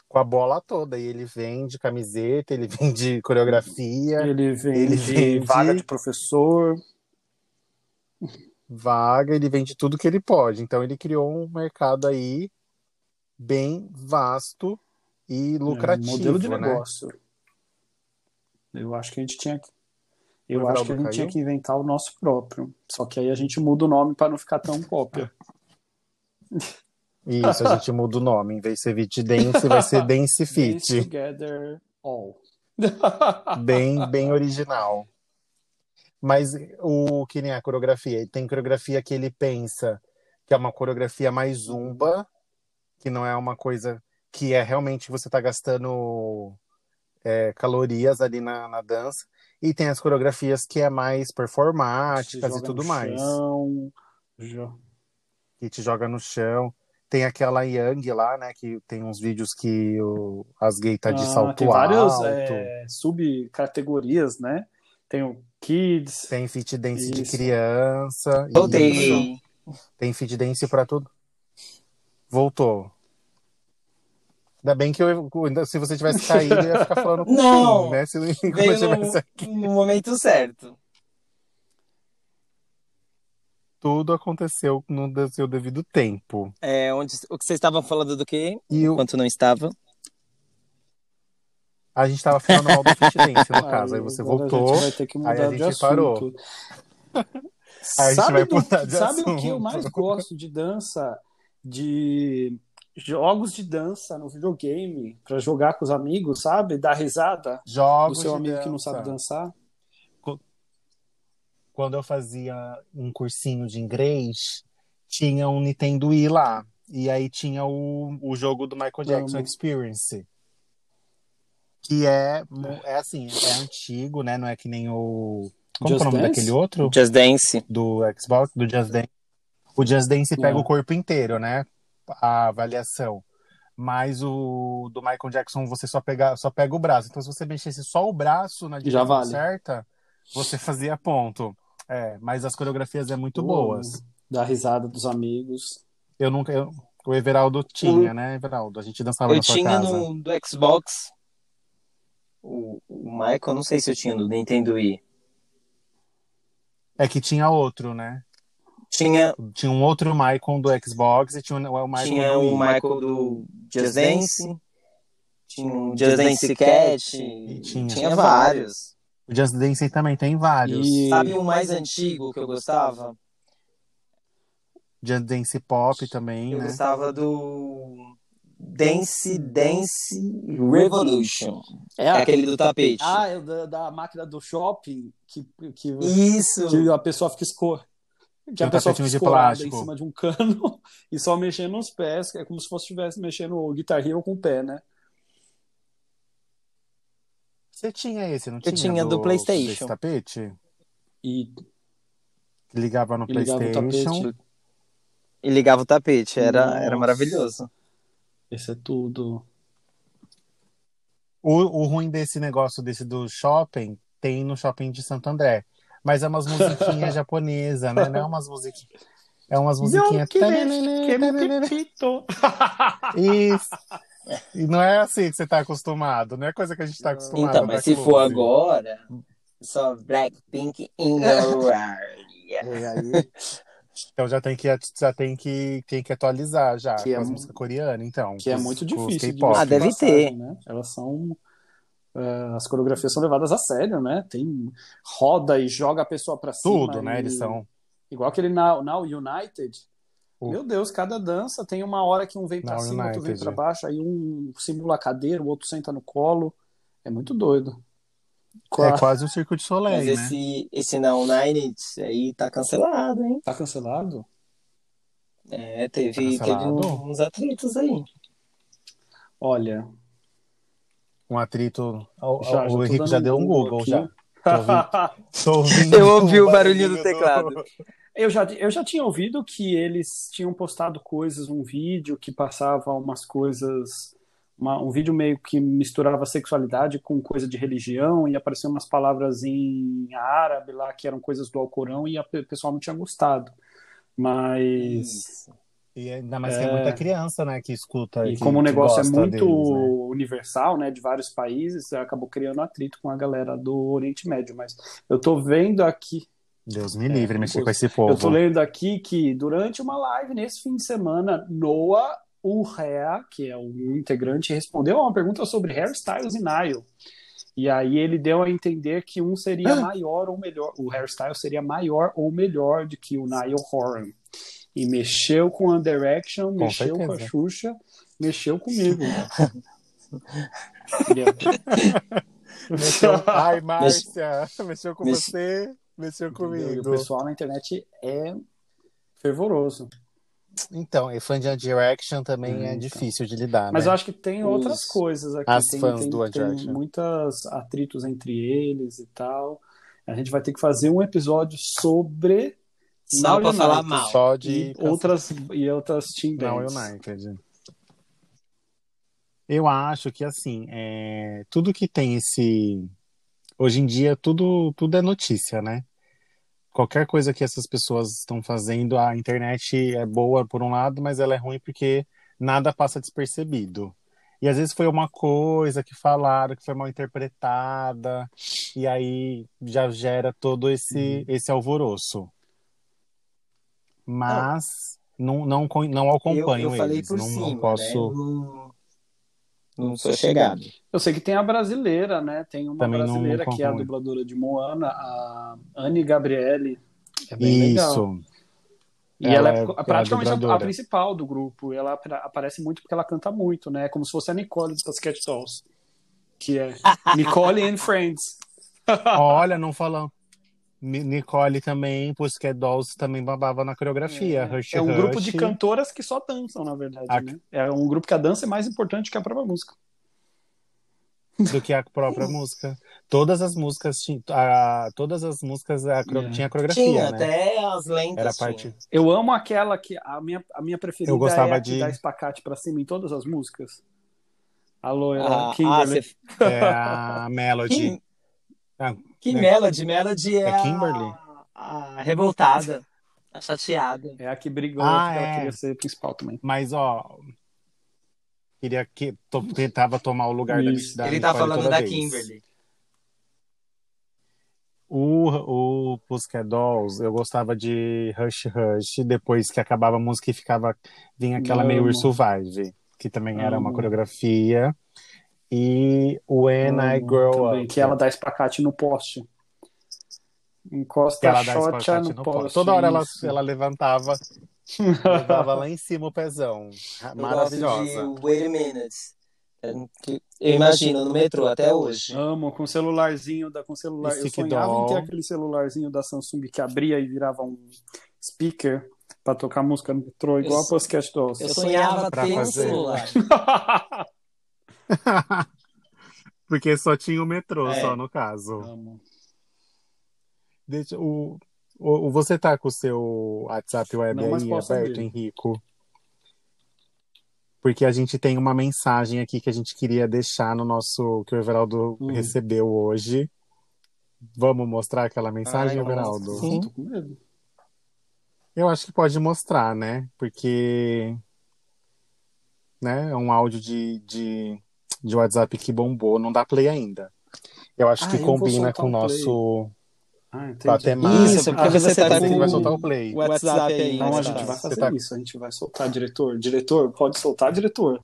com a bola toda. E ele vende camiseta, ele vende coreografia,
Ele vende,
vende-
vaga de professor.
vaga, ele vende tudo que ele pode. Então ele criou um mercado aí bem vasto e lucrativo,
é, modelo de
né?
negócio. Eu acho que a gente tinha que.
O
Eu
Evaldo
acho que a gente
caiu?
tinha que inventar o nosso próprio. Só que aí a gente muda o nome para não ficar tão cópia.
Isso, a gente muda o nome. Em vez de ser Vit Dance, vai ser Dance
Dance
Fit.
Together All.
Bem, bem original. Mas o que nem a coreografia, ele tem coreografia que ele pensa que é uma coreografia mais zumba, que não é uma coisa que é realmente você tá gastando é, calorias ali na, na dança. E tem as coreografias que é mais
Se
performáticas e
joga
Ah, tipo, tudo
no
mais.
chão, jo-
que te joga no chão. Tem aquela Yang lá, né? Que tem uns vídeos que o- as gays tá de
Ah,
salto
tem várias
alto.
é, subcategorias, né? Tem o Kids.
Tem fit dance de
Isso.
criança. Isso.
Voltei.
Tem fit dance pra tudo. Voltou. Ainda bem que eu, se você tivesse caído, eu ia ficar falando com
Não.
o né? Se, enquanto eu
Veio
tivesse
no, no momento certo.
Tudo aconteceu no de- seu devido tempo.
É, onde, o que vocês estavam falando do quê?
E o-
Enquanto não estava.
a gente tava falando mal do fit dance, no caso. Aí você
agora
voltou.
A gente vai ter que mudar
aí a
de
gente
assunto.
parou. Aí a gente
sabe
vai
do-
mudar de
sabe o que
assunto.
eu mais gosto de dança? De jogos de dança no videogame, pra jogar com os amigos, sabe? Dar risada do
Jogos
seu
de
amigo que não
dança.
sabe dançar.
quando eu fazia um cursinho de inglês, tinha um Nintendo Wii lá. E aí tinha o, o jogo do Michael Jackson
Amo.
Experience. Que é, mu- é assim, é antigo, né? Não é que nem o. Como que é
Just
o nome
Dance?
daquele outro?
Just Dance.
Do Xbox, do Just Dance. O Just Dance pega
É.
o corpo inteiro, né? A avaliação. Mas o do Michael Jackson você só pega, só pega o braço. Então, se você mexesse só o braço na direção
vale.
certa, você fazia ponto. É, mas as coreografias é muito
Pô,
boas.
Dar risada dos amigos.
Eu nunca. eu- o Everaldo tinha, né, Everaldo? A gente dançava
Eu
na sua
tinha
casa.
no do Xbox. O, o Michael, não sei se eu tinha no Nintendo Wii.
É que tinha outro, né?
Tinha,
Tinha um outro Michael do Xbox e tinha o Michael
tinha
do Wii.
é o Michael do Just Dance. Tinha o Just Dance Cat.
E
Tinha,
tinha.
vários.
O Just Dance também tem vários.
E-
Sabe o mais antigo que eu gostava?
Just Dance Pop também,
Eu
né?
gostava do Dance Dance Revolution. É aquele do tapete.
Ah, é da, da máquina do shopping que, que,
Isso!
que a pessoa fica escor... Que a
Um
pessoa fica
tapetinho de
escorada em
plástico.
cima de um cano e só mexendo os pés, que é como se fosse estivesse mexendo o Guitar Hero com o pé, né?
Você tinha esse, não tinha?
tinha do PlayStation.
Desse tapete?
E
Que ligava no
E ligava o
PlayStation.
tapete.
E ligava o tapete, era,
Nossa.
era maravilhoso.
Esse é tudo.
O, o ruim desse negócio desse do shopping tem no shopping de Santo André. Mas é umas musiquinhas japonesas, né? Não é umas musiquinhas. É umas musiquinhas.
é
é Isso. E não é assim que você tá acostumado, não é coisa que a gente tá acostumado.
Então,
da
mas se
Clube.
for agora, só Blackpink in the
É aí
Então já tem que, já tem que, tem que atualizar já
Que é
com as
mu-
músicas coreanas, então.
que é
com os-
muito
com os
difícil.
K-pop.
diga-se
Ah, deve
de passagem,
ter.
Né? Elas são. eh, as coreografias são levadas a sério, né? Tem roda e joga a pessoa pra cima.
Tudo, né?
e-
Eles são.
Igual aquele Now, Now United.
O-
Meu Deus, cada dança tem uma hora que um vem pra
Now
cima, outro vem
United.
pra baixo, aí um simula a cadeira, o outro senta no colo. É muito É doido.
É quase um circo de
Mas
Soleil, né?
esse, esse não, Nine Inch aí tá cancelado, hein?
Tá cancelado?
É, teve, teve
Cancelado?
um- uns atritos aí.
Olha.
Um atrito. O,
Já, já
o
tô
Henrique
dando
já deu um Google,
aqui.
já. Tô ouvindo
Eu ouvi o barulhinho do
do-
teclado.
Eu já, eu já tinha ouvido que eles tinham postado coisas, um vídeo que passava umas coisas, uma- um vídeo meio que misturava sexualidade com coisa de religião e apareciam umas palavras em árabe lá que eram coisas do Alcorão e a pe- o pessoal não tinha gostado. Mas
E ainda mais que é muita criança, né, que escuta.
e
que-
como o
que
negócio é
gosta
muito
deles, né?
universal, né, de vários países, acabou criando atrito com a galera do Oriente Médio, mas eu tô vendo aqui
Deus me livre,
É,
mexer
eu-
com esse
Eu tô
povo.
lendo aqui que durante uma live nesse fim de semana, Noah Urrea, que é um integrante, respondeu a uma pergunta sobre hairstyles e Nile. E aí ele deu a entender que um seria
Ah.
maior ou melhor, o hairstyle seria maior ou melhor do que o Nile Horan. E mexeu com a Direction, mexeu com a
certeza.
Xuxa, mexeu comigo. Entendeu?
Mexeu... Ai, Márcia, mexeu com
Mexe-
você, mexeu
E o
comigo.
pessoal na internet é fervoroso.
Então, e fã de One Direction também é
Então.
difícil de lidar,
Mas
né?
eu acho que tem
Os-
outras coisas aqui.
as
tem,
fãs
tem,
do né? One
tem
Direction.
muitas atritos entre eles e tal. A gente vai ter que fazer um episódio sobre
Só
Não,
pra
Leonardo,
falar mal.
Só
e
de...
outras e outras team
Não,
bands.
United. Eu acho que, assim, é, tudo que tem esse... Hoje em dia, tudo, tudo é notícia, né? Qualquer coisa que essas pessoas estão fazendo, a internet é boa por um lado, mas ela é ruim porque nada passa despercebido. E às vezes foi uma coisa que falaram, que foi mal interpretada, e aí já gera todo esse, esse alvoroço. Mas não, não, con- não acompanho
eu, eu falei
eles,
por
não,
cima,
não posso. é
né? Eu não- Não sou chegado.
Eu sei que tem a brasileira, né? Tem uma
Também não-
brasileira
não
que é a
acompanho.
dubladora de Moana, a Anne Gabriele. É bem legal.
Isso.
E
Ela
ela,
é-
é
ela é
praticamente a- a,
dubladora.
principal do grupo. Ela apra- aparece muito porque ela canta muito, né? É Como se fosse a Nicole das Cat Dolls. Que é Nicole and Friends.
Olha, não falando. Mi- Nicole também, Pussycat Dolls também babava na coreografia. Hush
É um grupo de
Hush.
cantoras que só dançam, na verdade.
A-
né? É um grupo que a dança é mais importante que a própria música.
do que a própria música. Todas as músicas tinham, a- todas as músicas a, cro-
É.
tinha coreografia,
Tinha,
né?
até as lentas.
Era a
tinha.
parte.
Eu amo aquela que. A minha, a minha preferida
Eu gostava
é a que
de-
dá espacate pra cima em todas as músicas. A loira,
Ah,
a Kimberly.
ah, cê-
É a Melody.
Que,
Ah,
que
né?
Melody, Melody é,
É Kimberly?
A, a revoltada, a chateada.
É a que brigou,
Ah,
porque ela
é.
queria ser principal também.
Mas, ó. Queria que. to- tentava tomar o lugar da,
Isso.
da
Ele
Nicole
tá falando
toda
da
vez.
Kimberly.
O, o Pussycat Dolls, eu gostava de Hush Hush, depois que acabava a música e ficava, vinha aquela
Amo.
meio Survive, que também era uma
Amo.
coreografia. E When I
Amo
Grow
também,
Up.
Que ela dá espacate no poste. Encosta
ela
a
dá
xoxa
espacate
no,
no pó.
poste.
Toda hora ela,
isso.
ela levantava, levava lá em cima o pezão.
Eu
Maravilhosa.
gosto de Wait a Minute. um Eu imagino no metrô até hoje.
Amo, com o celularzinho da. Com o celular.
E
Eu
stick
sonhava em ter
doll.
aquele celularzinho da Samsung que abria e virava um speaker pra tocar música no metrô, igual
Eu-
a Podcast Dolls.
Eu sonhava
pra
ter um
fazer.
celular.
Porque só tinha o metrô,
É.
só no caso.
Amo.
Deixa, o, o, o- você tá com o seu WhatsApp web
Não, mas
aí
posso
aberto,
abrir.
Henrico? Porque a gente tem uma mensagem aqui que a gente queria deixar no nosso. que o Everaldo
Hum.
recebeu hoje. Vamos mostrar aquela mensagem,
Ai,
Everaldo?
Sim.
Tô com medo.
Eu acho que pode mostrar, né? Porque. Né? É um áudio de, de, de WhatsApp que bombou, não dá play ainda. Eu acho
Ah,
que
eu vou
combina
soltar
com
o
o nosso.
Ah, entendi.
com a temática.
Isso, porque
Ah,
você tá
Você que
com-
vai soltar o play.
WhatsApp é aí,
Então a
mais
gente vai
fácil.
Você
fazer
tá-
isso, a gente vai soltar, diretor. Diretor, pode soltar, diretor.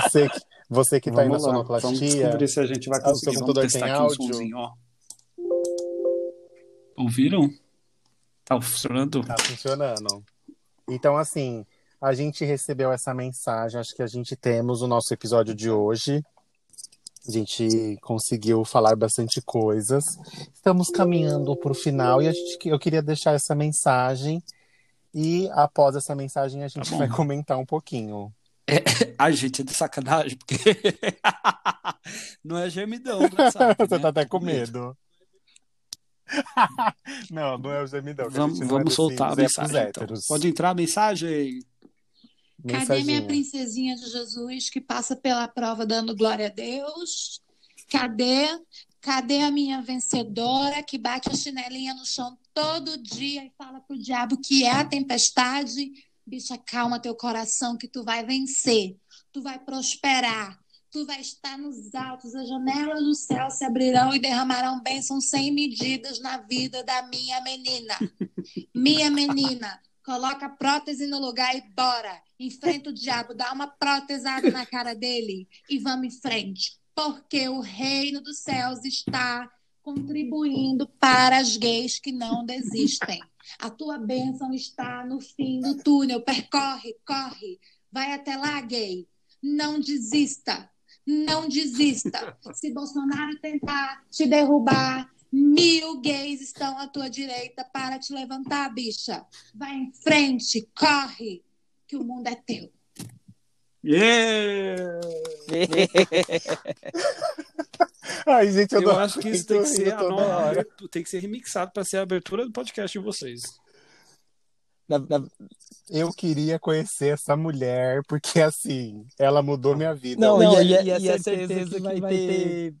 Você que, você que tá aí na
Vamos lá,
sonoplastia.
Vamos descobrir se a gente vai
Ah, o seu
conseguir. Vamos
computador
testar
tem
aqui um
áudio?
somzinho, ó. Ouviram? Tá funcionando?
Tá funcionando. Então, assim, a gente recebeu essa mensagem. Acho que a gente temos o nosso episódio de hoje. A gente conseguiu falar bastante coisas. Estamos caminhando para o final e a gente, eu queria deixar essa mensagem. E após essa mensagem, a gente
Tá bom.
vai comentar um pouquinho.
Ai, gente, é de sacanagem, porque não é gemidão, né, sabe?
Você
né?
tá até com medo. não, não é o gemidão. que a
Vamos,
gente não é
vamos
dos
soltar a
cis, é pros
mensagem. então.
héteros.
Pode entrar a mensagem?
Cadê minha
Mensaginha.
princesinha de Jesus que passa pela prova dando glória a Deus? Cadê? Cadê a minha vencedora que bate a chinelinha no chão todo dia e fala pro diabo que é a tempestade? Bicha, calma teu coração que tu vai vencer, tu vai prosperar, tu vai estar nos altos, as janelas do céu se abrirão e derramarão bênçãos sem medidas na vida da minha menina. Minha menina, Coloca a prótese no lugar e bora. Enfrenta o diabo, dá uma protesada na cara dele e vamos em frente. Porque o reino dos céus está contribuindo para as gays que não desistem. A tua bênção está no fim do túnel. Percorre, corre. Vai até lá, gay. Não desista. Não desista. Se Bolsonaro tentar te derrubar, mil gays estão à tua direita para te levantar, bicha. Vai em frente, corre, que o mundo é teu.
Yeah!
Ai, gente, eu,
Eu,
não
acho que isso tem
aguento
que ser
rindo
a
toda
nova
hora.
abertu- tem que ser remixado para ser a abertura do podcast de vocês.
Da- da-
Eu queria conhecer essa mulher, porque assim, ela mudou minha vida.
Não,
Não,
e,
e
a,
a-
e a
e a
certeza,
certeza
que
que
vai,
vai
ter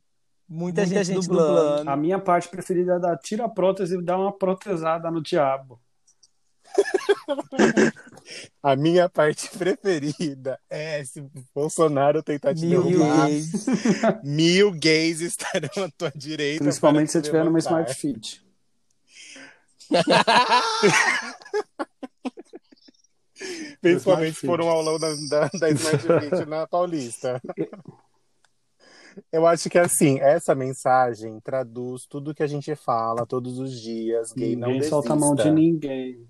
muita,
muita
gente,
gente
dublando.
Ah,
A minha parte preferida é dar tira a prótese e dar uma protesada no diabo.
A minha parte preferida é se Bolsonaro tentar te
Mil
derrubar,
gays.
mil gays estarão à tua direita. para
Principalmente
te
se eu tiver numa
levantar.
Smart Fit.
Principalmente se
Smart
for um aulão da, da, da Smart Fit na Paulista. Eu acho que assim, essa mensagem traduz tudo que a gente fala todos os dias. Gay não
Ninguém
desista.
solta a mão de ninguém.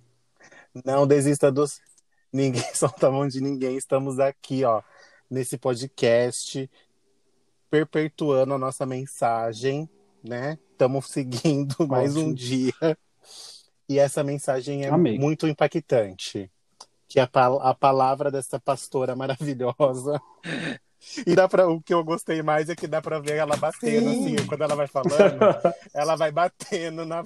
Não desista dos. Ninguém solta a mão de ninguém. Estamos aqui, ó, nesse podcast, perpetuando a nossa mensagem, né? Estamos seguindo mais um
Ótimo.
dia. E essa mensagem é
Amei.
muito impactante. Que é a, pal- a palavra dessa pastora maravilhosa. E dá pra, o que eu gostei mais é que dá pra ver ela batendo,
Sim.
assim, quando ela vai falando ela vai batendo na.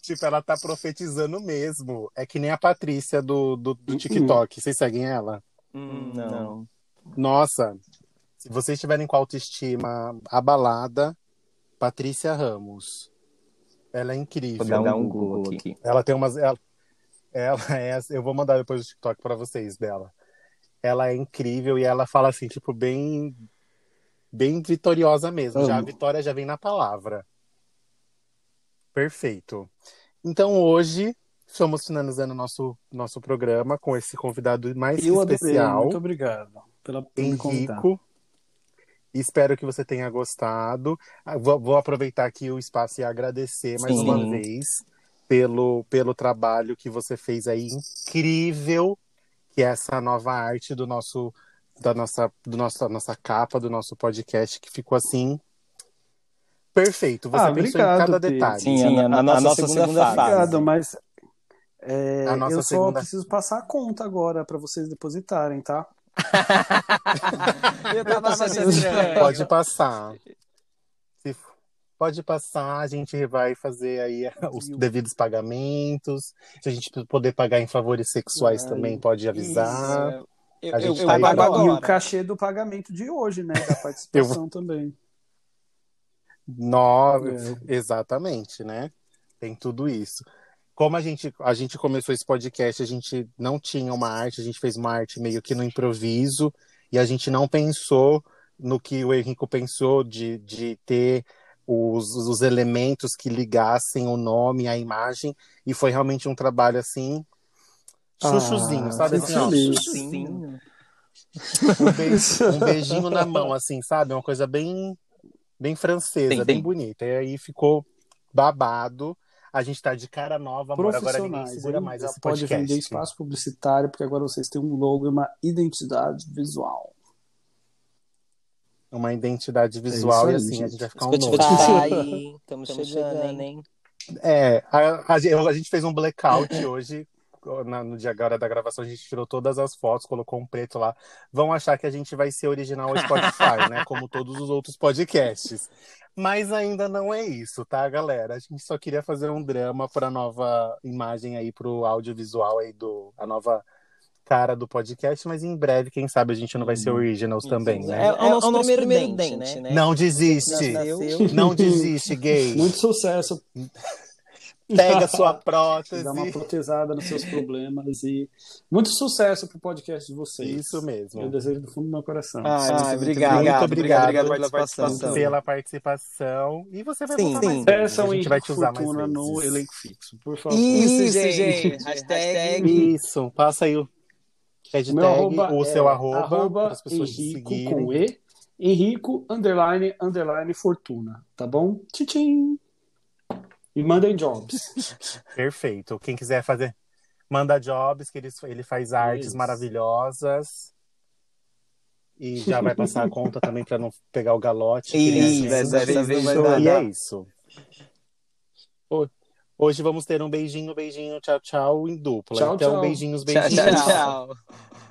Tipo, ela tá profetizando mesmo. É que nem a Patrícia do, do, do TikTok. Vocês seguem ela?
Hum, não.
Nossa, se vocês tiverem com a autoestima abalada, Patrícia Ramos. Ela é incrível.
Vou dar um Google aqui.
Ela tem umas. Ela, ela é. Eu vou mandar depois o TikTok pra vocês dela. Ela é incrível e ela fala assim, tipo, bem. Bem vitoriosa mesmo. Já, a
Amo.
vitória já vem na palavra. Perfeito. Então hoje estamos finalizando nosso nosso programa com esse convidado mais
Eu adorei,
especial,
muito obrigado pela por me convidar.
Henrico. Espero que você tenha gostado. Ah, Vou, vou aproveitar aqui o espaço e agradecer mais
Sim.
uma vez pelo, pelo trabalho que você fez aí incrível, que é essa nova arte do nosso da nossa do nossa nossa capa do nosso podcast que ficou assim perfeito. Você
Ah,
pensou
obrigado,
em cada
Pedro.
detalhe.
Sim, a, a nossa segunda, fase.
Obrigado, mas é,
A nossa
eu só
segunda-
preciso passar a conta agora para vocês depositarem, tá?
Eu tava
pensando-
achando estranho.
Pode passar. Se f- Pode passar, a gente vai fazer aí os devidos pagamentos. Se a gente poder pagar em favores sexuais
Ai,
também, pode avisar.
Isso, Eu,
A
eu,
gente
eu
tá aí
pago
agora.
E o
agora.
cachê do pagamento de hoje, né? Da participação também.
Nove,
É.
exatamente, né? Tem tudo isso. Como a gente, a gente começou esse podcast, a gente não tinha uma arte, a gente fez uma arte meio que no improviso, e a gente não pensou no que o Henrico pensou de, de ter os, os elementos que ligassem o nome à imagem, e foi realmente um trabalho assim, chuchuzinho,
Ah,
sabe?
fico
Assim, ó,
feliz.
Sim.
um, beijo, um beijinho na mão, assim, sabe? Uma coisa bem, bem francesa,
Sim, sim.
bem bonita. E aí ficou babado. A gente tá de cara nova, amor. Agora ninguém
Profissionais,
segura
hein?
mais
Você
esse
pode
podcast.
vender espaço publicitário, porque agora vocês têm um logo e uma identidade visual.
uma identidade visual
aí,
e assim, a
gente.
gente vai ficar um
Isso que eu
novo.
te falar.
Tá aí, estamos
Tamo
chegando,
chegando,
hein?
É, a, a gen- a gente fez um blackout hoje, na- no dia agora da gravação, a gente tirou todas as fotos, colocou um preto lá. Vão achar que a gente vai ser original ao Spotify, né? Como todos os outros podcasts. Mas ainda não é isso, tá, galera? A gente só queria fazer um drama para nova imagem aí, pro audiovisual aí do. A nova cara do podcast, mas em breve, quem sabe, a gente não vai ser originals também,
É,
né?
o nosso primeiro, dente, né?
Não desiste!
Nasceu.
Não desiste, gay!
Muito sucesso.
Pega sua
Dá uma
prótese!
protesada nos seus problemas e muito sucesso pro podcast de vocês.
Isso mesmo.
Eu desejo do fundo do meu coração.
Ai,
Muito
obrigado.
obrigado,
obrigado,
obrigado
pela participação.
pela participação. E você vai
Sim,
voltar
sim.
mais vezes.
Peçam
A gente vai
Henrique
te usar mais
Fortuna
vezes.
no elenco fixo, por favor.
Isso,
Isso,
gente.
gente.
Hashtag.
Isso, passa aí o hashtag,
O meu arroba
o
é
seu arroba,
arroba
para as pessoas te
Henrico
seguirem.
com E, Henrico, underline, underline, fortuna, tá bom? Tchim, E mandem jobs.
Perfeito. Quem quiser fazer, manda jobs, que ele, ele faz artes
Isso.
maravilhosas. E já vai passar a conta também para não pegar o galote.
Isso, é
que nem a gente.
dessa vez vai
E
dar.
é isso. Ho- Hoje vamos ter um beijinho, beijinho, tchau, tchau em dupla.
Tchau,
então,
tchau.
beijinhos,
Tchau,
beijinhos.
tchau, tchau.